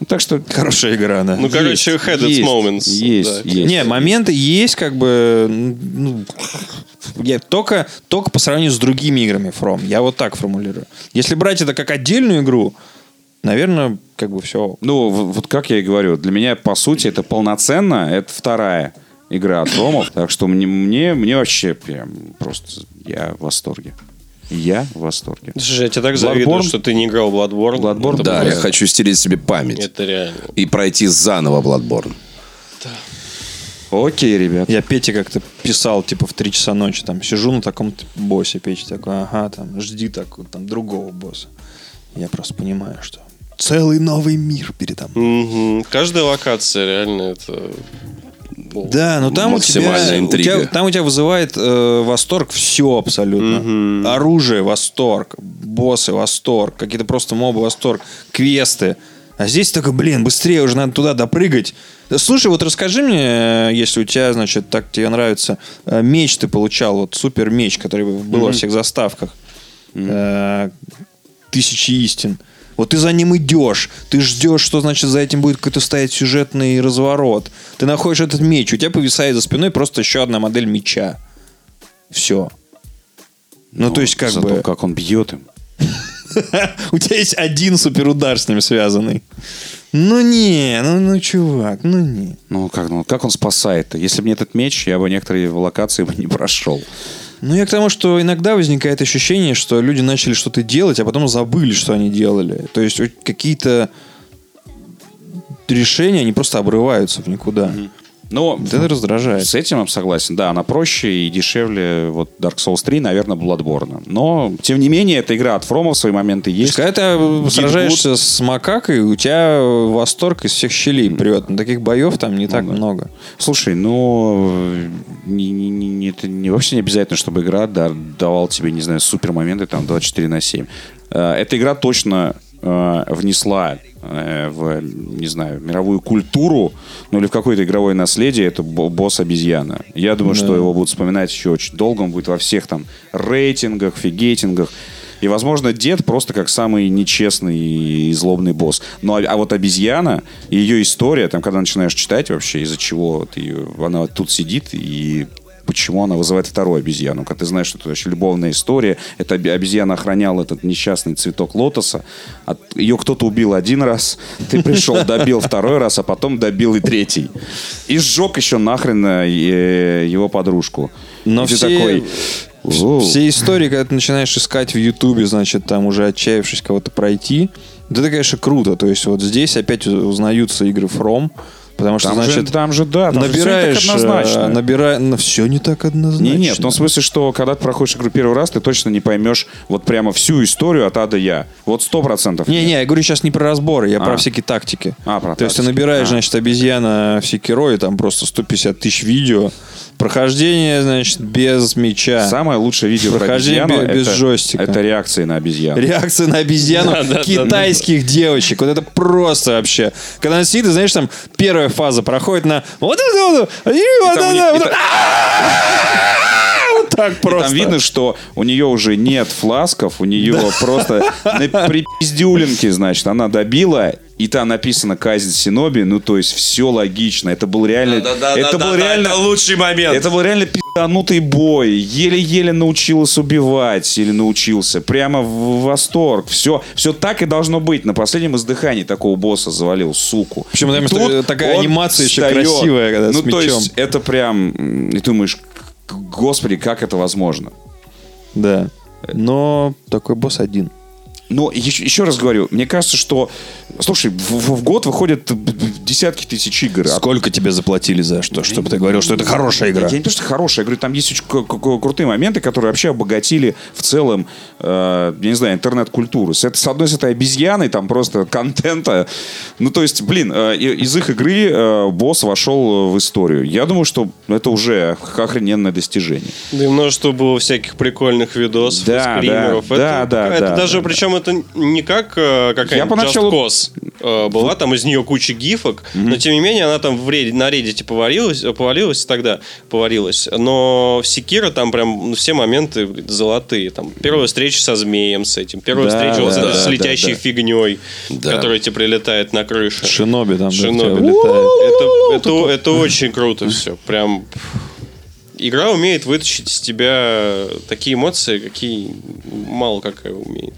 Ну, Так что
Хорошая игра, да.
Ну, короче,
Есть,
head at
есть,
moments.
Есть,
да.
есть.
Не, моменты есть, как бы... ну, я только, только по сравнению с другими играми From. Я вот так формулирую. Если брать это как отдельную игру, наверное, как бы все.
Ну, в- вот как я и говорю, для меня, по сути, это полноценно, это вторая игра от Ромов. Так что мне, мне, мне вообще прям просто... Я в восторге. Я в восторге.
Слушай, я тебя так завидую,
Bloodborne?
что ты не играл в Bloodborne.
Bloodborne,
Это
да,
Да,
просто-
я хочу стереть себе память
Это реально.
и пройти заново Bloodborne.
Окей, ребят.
Я Пете как-то писал, типа, в 3 часа ночи, там, сижу на таком боссе, Петя такой, ага, там, жди такой, там, другого босса. Я просто понимаю, что целый новый мир передо мной.
Мгм. Каждая локация реально это... Бог.
Да, но там у тебя,
Максимальная
у
интрига.
тебя- там у тебя вызывает э, восторг все абсолютно. Оружие восторг, боссы восторг, какие-то просто мобы восторг, квесты. А здесь такой, блин, быстрее уже надо туда допрыгать. Слушай, вот расскажи мне, э, если у тебя, значит, так тебе нравится, э, меч ты получал, вот супер меч, который был во всех заставках. Э, тысячи истин. Вот ты за ним идешь, ты ждешь, что значит за этим будет какой-то стоять сюжетный разворот. Ты находишь этот меч, у тебя повисает за спиной просто еще одна модель меча. Все. Ну, то есть, как
зато
бы,
как он бьет им.
у тебя есть один суперудар с ним связанный. Ну не, ну, ну чувак, ну не.
Ну, как, ну, как он спасает-то? Если бы не этот меч, я бы некоторые локации бы не прошел.
Ну, я к тому, что иногда возникает ощущение, что люди начали что-то делать, а потом забыли, что они делали. То есть вот какие-то решения, они просто обрываются в никуда.
Но
Вот это раздражает.
Ну, С этим я согласен. Да, она проще и дешевле вот Dark Souls 3, наверное, Bloodborne. Но, тем не менее, эта игра от Фрома в свои моменты
То есть,
есть.
когда ты э, сражаешься с макакой, у тебя восторг из всех щелей прет. Но таких боев там не так много.
Слушай, ну, э, не, не- не- не- это не- вообще не обязательно, чтобы игра да- давала тебе, не знаю, супер моменты там 24 на 7. Э, Эта игра точно э, внесла э, в, не знаю, мировую культуру, ну или в какое-то игровое наследие, это бо- босс-обезьяна. Я думаю, что его будут вспоминать еще очень долго, он будет во всех там рейтингах, фигейтингах. И, возможно, дед просто как самый нечестный и злобный босс. Ну, а, а вот обезьяна, и ее история, там, когда начинаешь читать вообще, из-за чего вот ее, она вот тут сидит и почему она вызывает вторую обезьяну. Когда ты знаешь, что это вообще любовная история, эта обе- обезьяна охраняла этот несчастный цветок лотоса, От- ее кто-то убил один раз, ты пришел, добил второй раз, а потом добил и третий. И сжег еще нахрен э, его подружку.
Но
И ты
все-
такой... «Воу».
Все истории, когда ты начинаешь искать в Ютубе, значит, там уже отчаявшись кого-то пройти, да это, конечно, круто. То есть вот здесь опять у- узнаются игры From, потому что,
Там же-
значит,
там же, да, там же всё не так
набираешь, э,
однозначно.
набираешь, все не так однозначно.
Не, нет, в том смысле, что когда ты проходишь игру первый раз, ты точно не поймешь вот прямо всю историю от А до Я. Вот сто процентов.
Не, не, я говорю сейчас не про разборы, я про
А.
всякие тактики.
А, про
То есть ты
тактики.
набираешь,
А.
значит, обезьяна все герои, там просто 150 тысяч видео. Прохождение, значит, без мяча.
Самое лучшее видео про
Прохождение
обезьяну
без
это,
джойстика.
это реакции на обезьяну.
Реакция на обезьяну
Да, да, да,
китайских девочек. Вот это просто вообще. Когда она сидит, и, знаешь, там первая фаза проходит на вот это вот, и вот
там
это,
у них- и
вот это. А-а-а! Вот так просто.
Там видно, что у нее уже нет фласков, у нее просто на припиздюлинке, значит, она добила, и там написано казнь Синоби, ну то есть все логично. Это был реально, это был реально
лучший момент.
Это был реально пизданутый бой. Еле-еле научилась убивать или научился. Прямо в восторг. Все, все так и должно быть. На последнем издыхании такого босса завалил, суку.
Причем,
И
там
тут
т- такая
он
анимация еще красивая, когда
ну,
с
то
мечом.
есть, это прям... м, И ты думаешь, «К- господи, как это возможно?
Да. Но такой босс один.
Но еще, еще раз говорю, мне кажется, что... Слушай, в, в- в год выходят б- б- десятки тысяч игр. А
Сколько тебе заплатили за что? Чтобы ты говорил, что это хорошая игра.
Я не то, что хорошая, я говорю, там есть очень к- к- крутые моменты, которые вообще обогатили в целом, э, я не знаю, интернет-культуру. С, этой- с одной с этой обезьяной там просто контента. Ну, то есть, блин, э, и- из их игры э, босс вошел в историю. Я думаю, что это уже охрененное достижение.
Да и множество было всяких прикольных видосов,
Да,
скримеров.
да,
это,
да, да,
это
да,
даже,
да,
причем это не как э, какая-нибудь
Я поначалу-
Just Cause, э, была, там из нее куча гифок, но тем не менее она там в Reddit- на Reddit поварилась, э, повалилась тогда, поварилась. Но в Секира там прям ну, все моменты блин, золотые. Там первая встреча со змеем с этим, первая
Да,
встреча вот с
да,
этой
да,
с летящей
да.
фигней,
Да.
которая тебе прилетает на крышу.
Шиноби там. да,
Шиноби.
у тебя вылетает.
Это, это, это очень круто все. Прям игра умеет вытащить из тебя такие эмоции, какие мало какая умеет.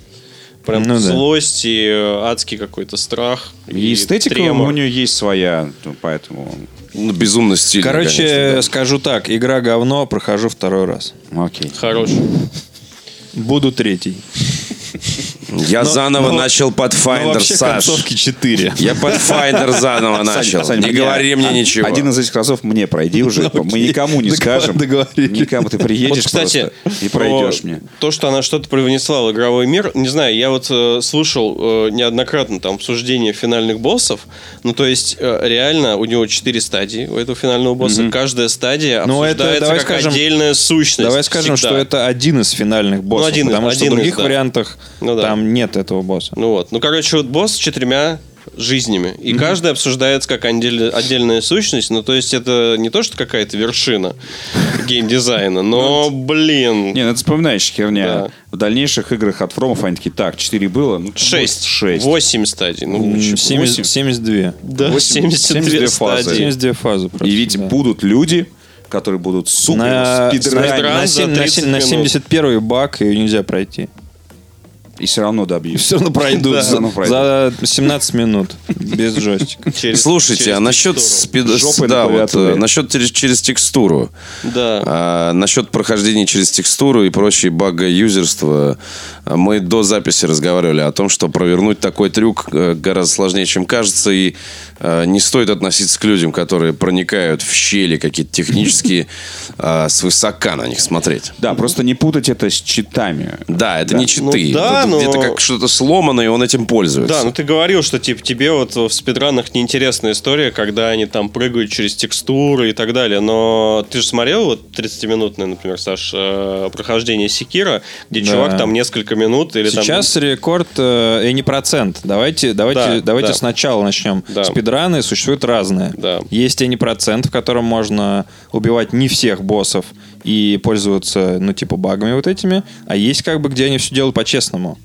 Прям
Ну да.
злость и э, адский какой-то страх.
И эстетика
тремор.
у нее есть своя, ну, поэтому...
Ну, Безумно стильно,
Короче,
конечно, да.
скажу так, игра говно, прохожу второй раз.
Окей.
Хороший.
Буду третий.
Я заново
но-
начал
Ну,
Pathfinder,
вообще
Саш.
4.
Я Pathfinder заново начал.
Сань,
Не
мне-
говори мне
а-
ничего.
Один из этих разов мне пройди уже. типа, Мы никому не
Договор-
скажем.
договорились.
Никому ты
Вот,
приедешь
кстати,
просто и
про
пройдешь мне.
То, что она что-то привнесла в игровой мир, не знаю, я вот э, слушал э, неоднократно там обсуждение финальных боссов. Ну, то есть, э, реально, у него четыре стадии у этого финального босса. Каждая стадия
Ну, это,
обсуждается
давай
как
скажем-
отдельная сущность.
Давай скажем,
всегда. Ну,
что это один из финальных боссов,
один из-
потому что
один
в
из,
других
да.
вариантах
Ну да.
там нет этого босса.
Ну вот. Ну, короче, вот босс с четырьмя жизнями. И каждый обсуждается как отдельная, отдельная сущность. Ну, то есть, это не то, что какая-то вершина геймдизайна, но, блин,
Не, ну это вспоминаешь херня.
Да.
В дальнейших играх от Фромов они такие, так, 4 было, ну,
шесть,
6.
восемь стадий. Ну,
М,
почему?
70 72.
Да, 72,
72 фазы.
стадии.
72 фазы просто.
И ведь
да.
будут люди, которые будут, сука,
на,
спидранить
спидран
на,
за
сем- на
30
сем- на
минут.
71 бак ее нельзя пройти.
и все равно добьются.
Все равно пройду.
Да. ну
за, за 17 минут. Без жестика.
Через-
Слушайте,
через
а насчет
текстуру.
спид-
Жопой
да,
на
вот,
клавиатуре.
э, насчет через, через текстуру,
Да.
а, насчет прохождения через текстуру и прочие бага юзерства, а, мы до записи разговаривали о том, что провернуть такой трюк э, гораздо сложнее, чем кажется, и э, не стоит относиться к людям, которые проникают в щели какие-то технические, с свысока на них смотреть.
Да, просто не путать это с читами.
Да, это
Да.
не читы.
Ну да,
это
но-
где-то как что-то сломанное, и он этим пользуется.
Да, ну ты говорил, что типа тебе вот в спидранах неинтересная история, когда они там прыгают через текстуры и так далее. Но ты же смотрел вот 30-минутное, например, Саш, э, прохождение Секира, где
Да.
чувак там несколько минут или там...
Сейчас рекорд э, и не процент. Давайте, давайте,
Да,
давайте
да.
сначала начнем.
Да.
Спидраны существуют разные.
Да.
Есть и не процент, в котором можно убивать не всех боссов и пользоваться, ну, типа, багами вот этими. А есть как бы, где они все делают по-честному.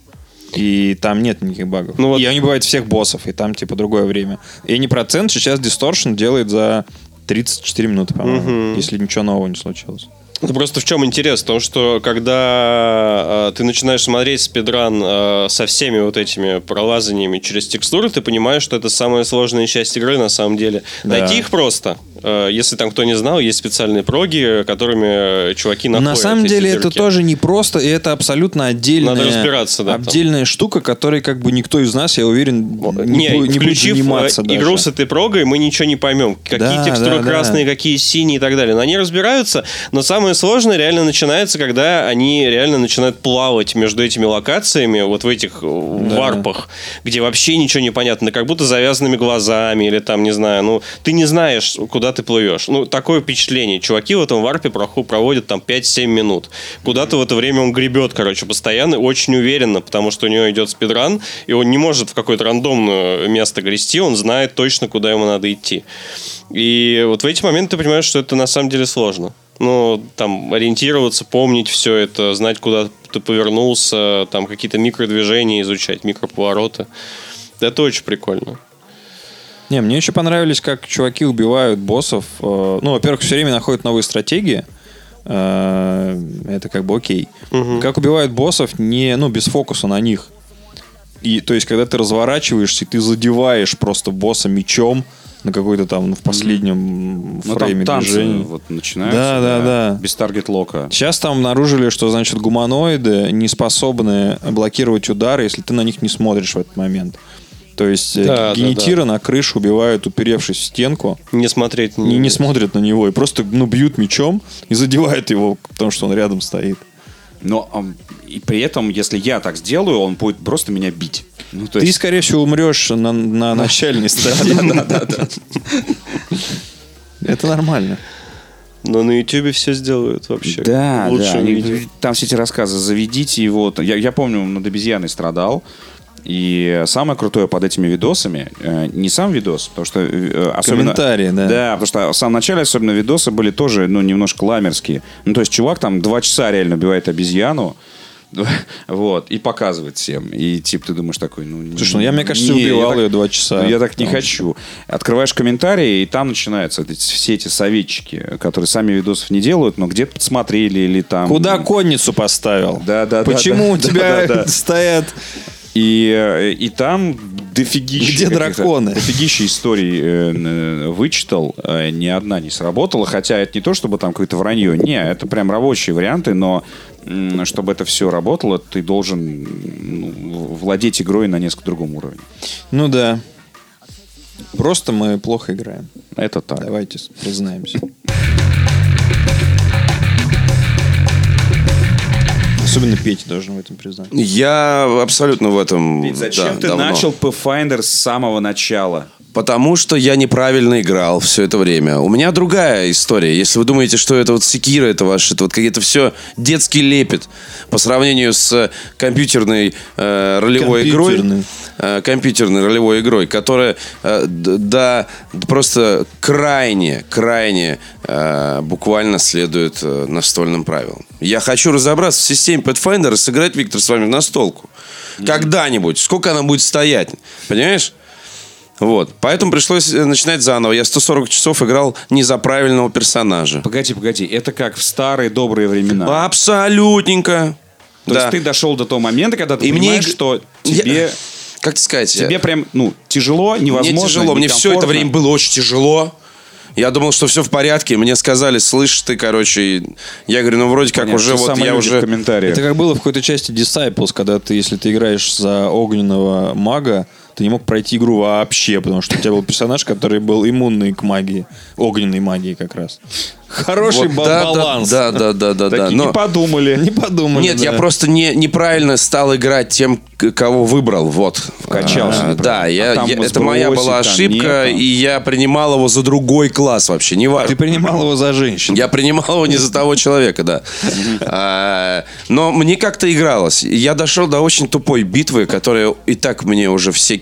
И там нет никаких багов.
Ну вот-
И они бывают всех боссов, и там, типа, другое время. И не процент сейчас Distortion делает за 34 минуты, по-моему, если ничего нового не случилось.
Ну, просто в чем интерес? В том, что когда э, ты начинаешь смотреть спидран э, со всеми вот этими пролазаниями через текстуры, ты понимаешь, что это самая сложная часть игры на самом деле.
Да.
Найти их просто. Э, если там кто не знал, есть специальные проги, которыми э, чуваки
Но
находят
на самом
эти
деле это
дырки.
тоже непросто, и это абсолютно отдельная,
Надо разбираться, да, там.
отдельная штука, которой как бы никто из нас, я уверен, не,
Не,
бу- не будет
включив э,
заниматься даже.
игру с этой прогой, мы ничего не поймем. Какие
Да,
текстуры
да, да.
красные, какие синие и так далее. Но они разбираются, но самое сложное реально начинается, когда они реально начинают плавать между этими локациями, вот в этих э, варпах, где вообще ничего не понятно, как будто завязанными глазами или там, не знаю, ну, ты не знаешь, куда ты плывешь. Ну, такое впечатление. Чуваки в этом варпе проху- проводят там 5-7 минут. Куда-то в это время он гребет, короче, постоянно, очень уверенно, потому что у него идет спидран, и он не может в какое-то рандомное место грести, он знает точно, куда ему надо идти. И вот в эти моменты ты понимаешь, что это на самом деле сложно. Ну, там, ориентироваться, помнить все это, знать, куда ты повернулся, там, какие-то микродвижения изучать, микроповороты. Это очень прикольно.
Не, мне еще понравились, как чуваки убивают боссов. Э, Ну, во-первых, все время находят новые стратегии. Э, Это как бы окей. Как убивают боссов не, ну, без фокуса на них. И, то есть, когда ты разворачиваешься, и ты задеваешь просто босса мечом, на какой-то там ну, в последнем
Ну,
фрейме
там танцы
движения.
вот начинаются.
Да, да, да.
Без таргет-лока.
Сейчас там обнаружили, что, значит, гуманоиды не способны блокировать удары, если ты на них не смотришь в этот момент. То есть э,
Да, да,
генетиры на крыше убивают, уперевшись в стенку,
Не смотреть
и не смотрят на него, и просто ну, бьют мечом и задевают его, потому что он рядом стоит.
Но ам, и при этом, если я так сделаю, он будет просто меня бить. Ну, то
Ты,
есть,
скорее всего, умрешь на, на начальной стадии. Это нормально.
Но на Ютубе все сделают вообще.
да,
Лучше
да.
видео.
они- Там все эти рассказы. Заведите его. Я, я помню, над обезьяной страдал. И самое крутое под этими видосами э, не сам видос, потому что э, особенно
Комментарии, да.
Да, потому что в самом начале особенно видосы были тоже, ну, немножко ламерские. Ну, то есть чувак там два часа реально убивает обезьяну, вот, и показывает всем. И, типа, ты думаешь такой, ну...
Слушай, ну, я, мне кажется,
не, я
убивал
так-
ее два часа.
ну, Я так не
Там.
хочу. Открываешь комментарии, и там начинаются эти- все эти советчики, которые сами видосов не делают, но где-то подсмотрели или там...
Куда конницу поставил?
Да, да, да,
Почему
да,
у
да,
тебя
да, да.
стоят...
И, э, и там дофигища...
Где
каких-то-
драконы?
Дофигища историй э, н- вычитал, э, ни одна не сработала, хотя это не то, чтобы там какое-то вранье, не, это прям рабочие варианты, но м, чтобы это все работало, ты должен м, ну, владеть игрой на несколько другом уровне.
Ну да. Просто мы плохо играем.
Это так.
Давайте с- признаемся. Особенно Петя должен в этом признаться.
Я абсолютно в этом...
Ведь зачем
да,
ты
давно.
начал Pathfinder с самого начала?
Потому что я неправильно играл все это время. У меня другая история. Если вы думаете, что это вот секира, это ваше, это вот какие-то все детский лепет по сравнению с компьютерной э, ролевой
Компьютерной.
игрой, э, компьютерной ролевой игрой, которая э, д- да просто крайне, крайне э, буквально следует э, настольным правилам. Я хочу разобраться в системе Pathfinder и сыграть, Виктор, с вами в настолку. Когда-нибудь. Сколько она будет стоять. Понимаешь? Вот. Поэтому пришлось э, начинать заново. Я 140 часов играл не за правильного персонажа.
Погоди, погоди, это как в старые добрые времена.
Абсолютненько.
То
да.
есть ты дошел до того момента, когда ты
И мне
понимаешь,
иг-
что
Я-
тебе...
Как тебе сказать?
Тебе
я-
прям, ну, тяжело, невозможно.
Мне тяжело. Мне все это
некомфортно.
время было очень тяжело. Я думал, что все в порядке. Мне сказали, слышь, ты, короче... и- Я говорю, ну, вроде как
Понятно,
уже
что
вот
самые
я
люди в
уже...
комментариях.
Это как было в какой-то части Disciples, когда ты, если ты играешь за огненного мага, ты не мог пройти игру вообще, потому что у тебя был персонаж, который был иммунный к магии, огненной магии как раз. Хороший
Вот,
ба-
да, да,
баланс.
да, да, да, да, да.
Такие
Но-
не подумали.
Не подумали.
Нет, я
да.
просто не, неправильно стал играть тем, к- кого выбрал. Вот.
Вкачался,
А,
например.
да, я,
А там
я- это
сбросить,
моя была
там нет,
ошибка,
там.
и я принимал его за другой класс вообще. Не важно.
Ты принимал его за женщину.
Я принимал его не за того человека, да. А, Но мне как-то игралось. Я дошел до очень тупой битвы, которая и так мне уже все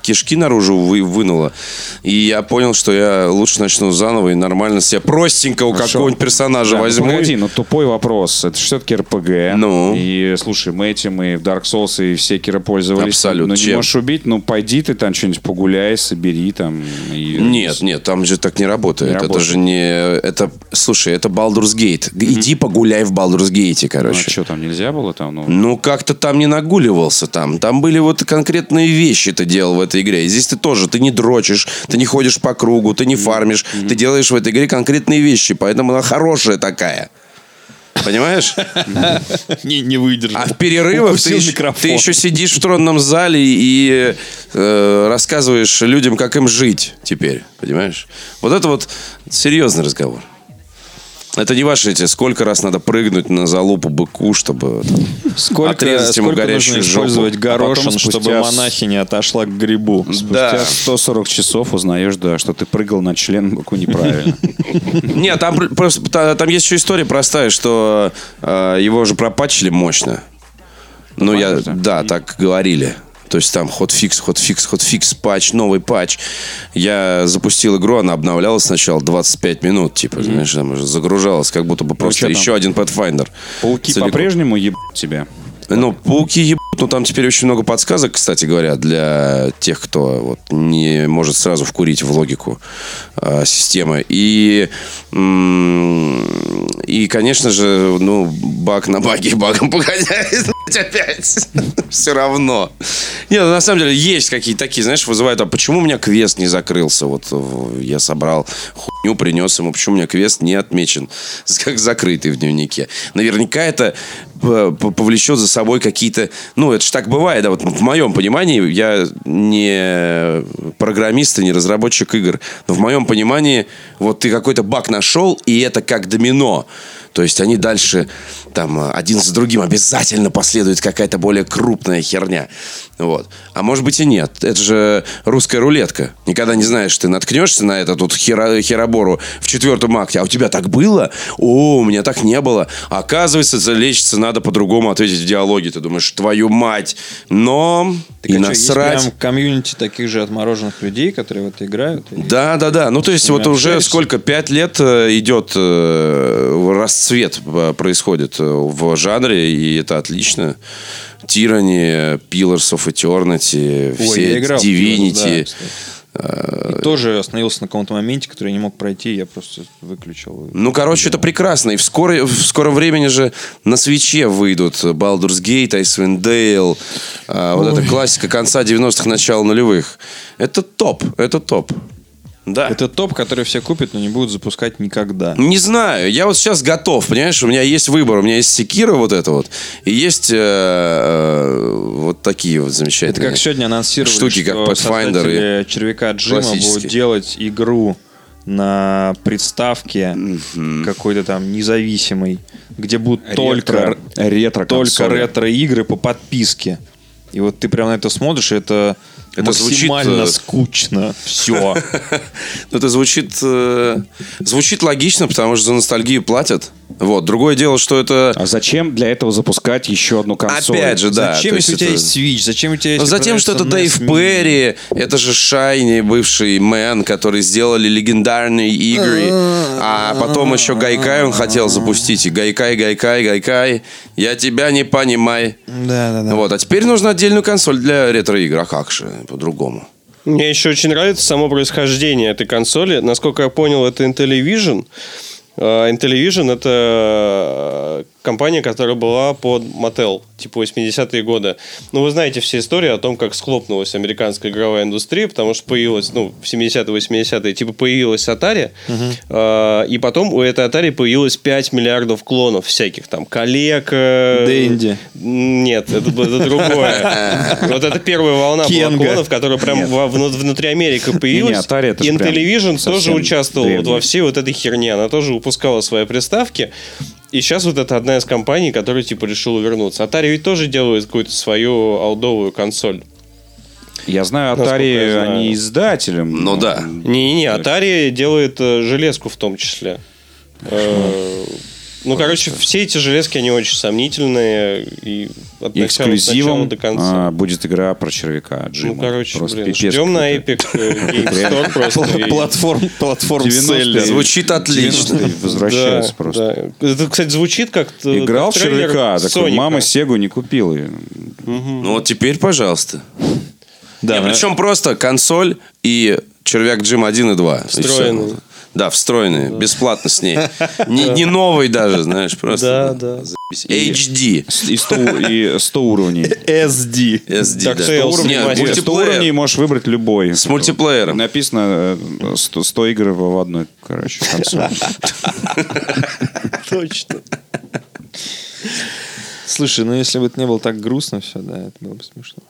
кишки наружу вы- вынула. И я понял, что я лучше начну заново и нормально себе простенького
Хорошо.
какого-нибудь персонажа
Да, ну,
возьму.
погоди, ну тупой вопрос. Это же все-таки РПГ.
Ну.
И слушай, мы этим и в Dark Souls и все Кира пользовались.
Абсолютно.
Ну не
Чем?
можешь убить, ну пойди ты там что-нибудь погуляй, собери там. и- ну,
Нет, нет, там же так не работает.
Не
это
работает.
же не... Это, слушай, это Baldur's Gate. Иди погуляй в Baldur's Gate,
Ну, а
короче.
что, там нельзя было там? Ну,
Ну, как-то там не нагуливался там. Там были вот конкретные вещи ты делал в этой игре. И здесь ты тоже, ты не дрочишь, ты не ходишь по кругу, ты не фармишь. Ты делаешь в этой игре конкретные вещи, поэтому она хорошая такая. Понимаешь?
не, не выдержал.
А в перерывах ты,
Укусил
ещё-
микрофон.
ты еще сидишь в тронном зале и э, рассказываешь людям, как им жить теперь. Понимаешь? Вот это вот серьезный разговор. Это не ваши эти, сколько раз надо прыгнуть на залупу быку, чтобы... там,
Сколько,
отрезать ему
сколько нужно
горящую жопу. а
использовать горошин,
Потом спустя
чтобы
с-
монахиня отошла к грибу?
Да.
Спустя 140 часов узнаешь, да, что ты прыгал на член Баку неправильно.
Нет, там пр- просто та- там есть еще история простая, что э, его же пропатчили мощно. Ну, я,
Пропатчили?
да, так говорили. То есть там ход фикс, ход фикс, ход фикс, патч, новый патч. Я запустил игру, она обновлялась сначала 25 минут, типа, знаешь, там уже загружалась, как будто бы просто
чё Ну, там?
еще один Pathfinder.
Пауки
Целиком.
по-прежнему еб тебя.
Ну, пауки ебут. Ну, там теперь очень много подсказок, кстати говоря, для тех, кто вот не может сразу вкурить в логику э, системы. И, м, и, конечно же, ну, баг на баге багом погоняет. блядь, опять. Все равно. Нет, на самом деле есть какие-то такие, знаешь, вызывают, а почему у меня квест не закрылся? Вот в- я собрал хуйню, принес ему, почему у меня квест не отмечен, как закрытый в дневнике. Наверняка это э, п- повлечет за собой какие-то... Ну, это же так бывает, да, вот в моем понимании, я не программист и не разработчик игр, но в моем понимании, вот ты какой-то баг нашел, и это как домино. То есть они дальше там э, один за другим обязательно последует какая-то более крупная херня. Вот. А может быть и нет. Это же русская рулетка. Никогда не знаешь, ты наткнешься на этот вот хера- херобору в четвертом акте. А у тебя так было? О, у меня так не было. А оказывается, за- лечиться надо по-другому ответить в диалоге. Ты думаешь, твою мать. Но и
Так а чё,
насрать.
Есть прям комьюнити таких же отмороженных людей, которые в это играют. И-
Да, да, да. Ну, то есть,
ними
вот уже
общаешься?
сколько, пять лет э, идет э, расцвет э, происходит э, в жанре, и это отлично. Тирани, Pillars of Eternity,
Ой,
все
я играл в Heroes,
Divinity. э,
да, кстати. И тоже остановился на каком-то моменте, который я не мог пройти, я просто выключил.
Ну, короче, это прекрасно. И в, скорой- в скором времени же на свече выйдут Baldur's Gate, Icewind Dale. а, вот эта классика конца 90-х, начала нулевых. Это топ, это топ. Да.
Это топ, который все купят, но не будут запускать никогда.
Не знаю, я вот сейчас готов, понимаешь, у меня есть выбор, у меня есть секира вот это вот, и есть э, э, вот такие вот
Это
замечательные.
как сегодня анонсировали,
Э, штуки, как
что
Pathfinder
создатели червяка Джима будут
классические.
делать игру на представке какой-то там независимой, где будут только
ретро
только ретро-игры по подписке. И вот ты прям на это смотришь, и это,
Это звучит,
максимально
э,
скучно. Все.
Ну, это звучит, э, звучит логично, потому что за ностальгию платят. Вот, другое дело, что это...
А зачем для этого запускать еще одну консоль?
Опять же, да.
Зачем,
то есть
если у тебя
это-
есть Switch? Зачем у тебя есть... типа
Ну, затем, что это Дэйв Перри, это же Шайни, бывший Мэн, которые сделали легендарные игры. А потом еще Гайкай он хотел запустить. И Гайкай, Гайкай, Гайкай, я тебя не понимай.
Да, да, да.
Вот, а теперь нужно отдельную консоль для ретро-игр. А как же по-другому?
Мне еще очень нравится само происхождение этой консоли. Насколько я понял, это Intellivision. Э, Intellivision — это э, компания, которая была под Mattel, типа 80-е годы. Ну, вы знаете все истории о том, как схлопнулась американская игровая индустрия, потому что появилась, ну, в 70-80-е, типа появилась Atari, э, и потом у этой Atari появилось 5 миллиардов клонов всяких, там, коллег... э,
Дэнди.
Нет, это, было- это другое. Вот это первая волна была
Кенга.
клонов, которая прям во- вну- внутри Америки появилась.
Atari это
И
ж прям
Intellivision тоже
совсем
участвовал вот
древний.
во всей вот этой херне. Она тоже выпускала свои приставки. И сейчас вот это одна из компаний, которая типа решила вернуться. Atari ведь тоже делает какую-то свою алдовую консоль.
Я знаю,
Насколько я
Atari,
знаю.
они издателем.
Ну да.
Не-не-не, Atari делает э, железку в том числе. Э, Ну, короче, все эти железки, они очень сомнительные. И от
И
начала- от начала
эксклюзивом
до конца.
а, будет игра про червяка Джима.
Ну, короче,
Просто
блин,
пипец
ждем на
какой-то.
Epic э, Game Store просто. и-
Платформ, платформ
90-е.
селлер.
Звучит отлично.
90-е возвращаются
Да,
просто.
да. Это, кстати, звучит как-то...
Играл в
как трейлер
червяка, такой,
Соника.
мама Сегу не купила. И
Ну вот теперь, пожалуйста.
Да,
Не,
на-
причем просто консоль и червяк Джим 1 и 2.
Встроенные.
И всё. Да, встроенные, бесплатно с ней. Не, не новый даже, знаешь,
Да,
просто.
да.
HD.
и 100, и 100 уровней.
SD.
SD,
Так
да.
Tales
Уровни-
снимать.
Нет,
Будет
100 уровней
мультиплеер.
можешь выбрать любой.
С мультиплеером.
Написано э, 100, 100 игр в одной, короче, консоли.
Точно.
Слушай, ну если бы это не было так грустно все, да, это было бы смешно.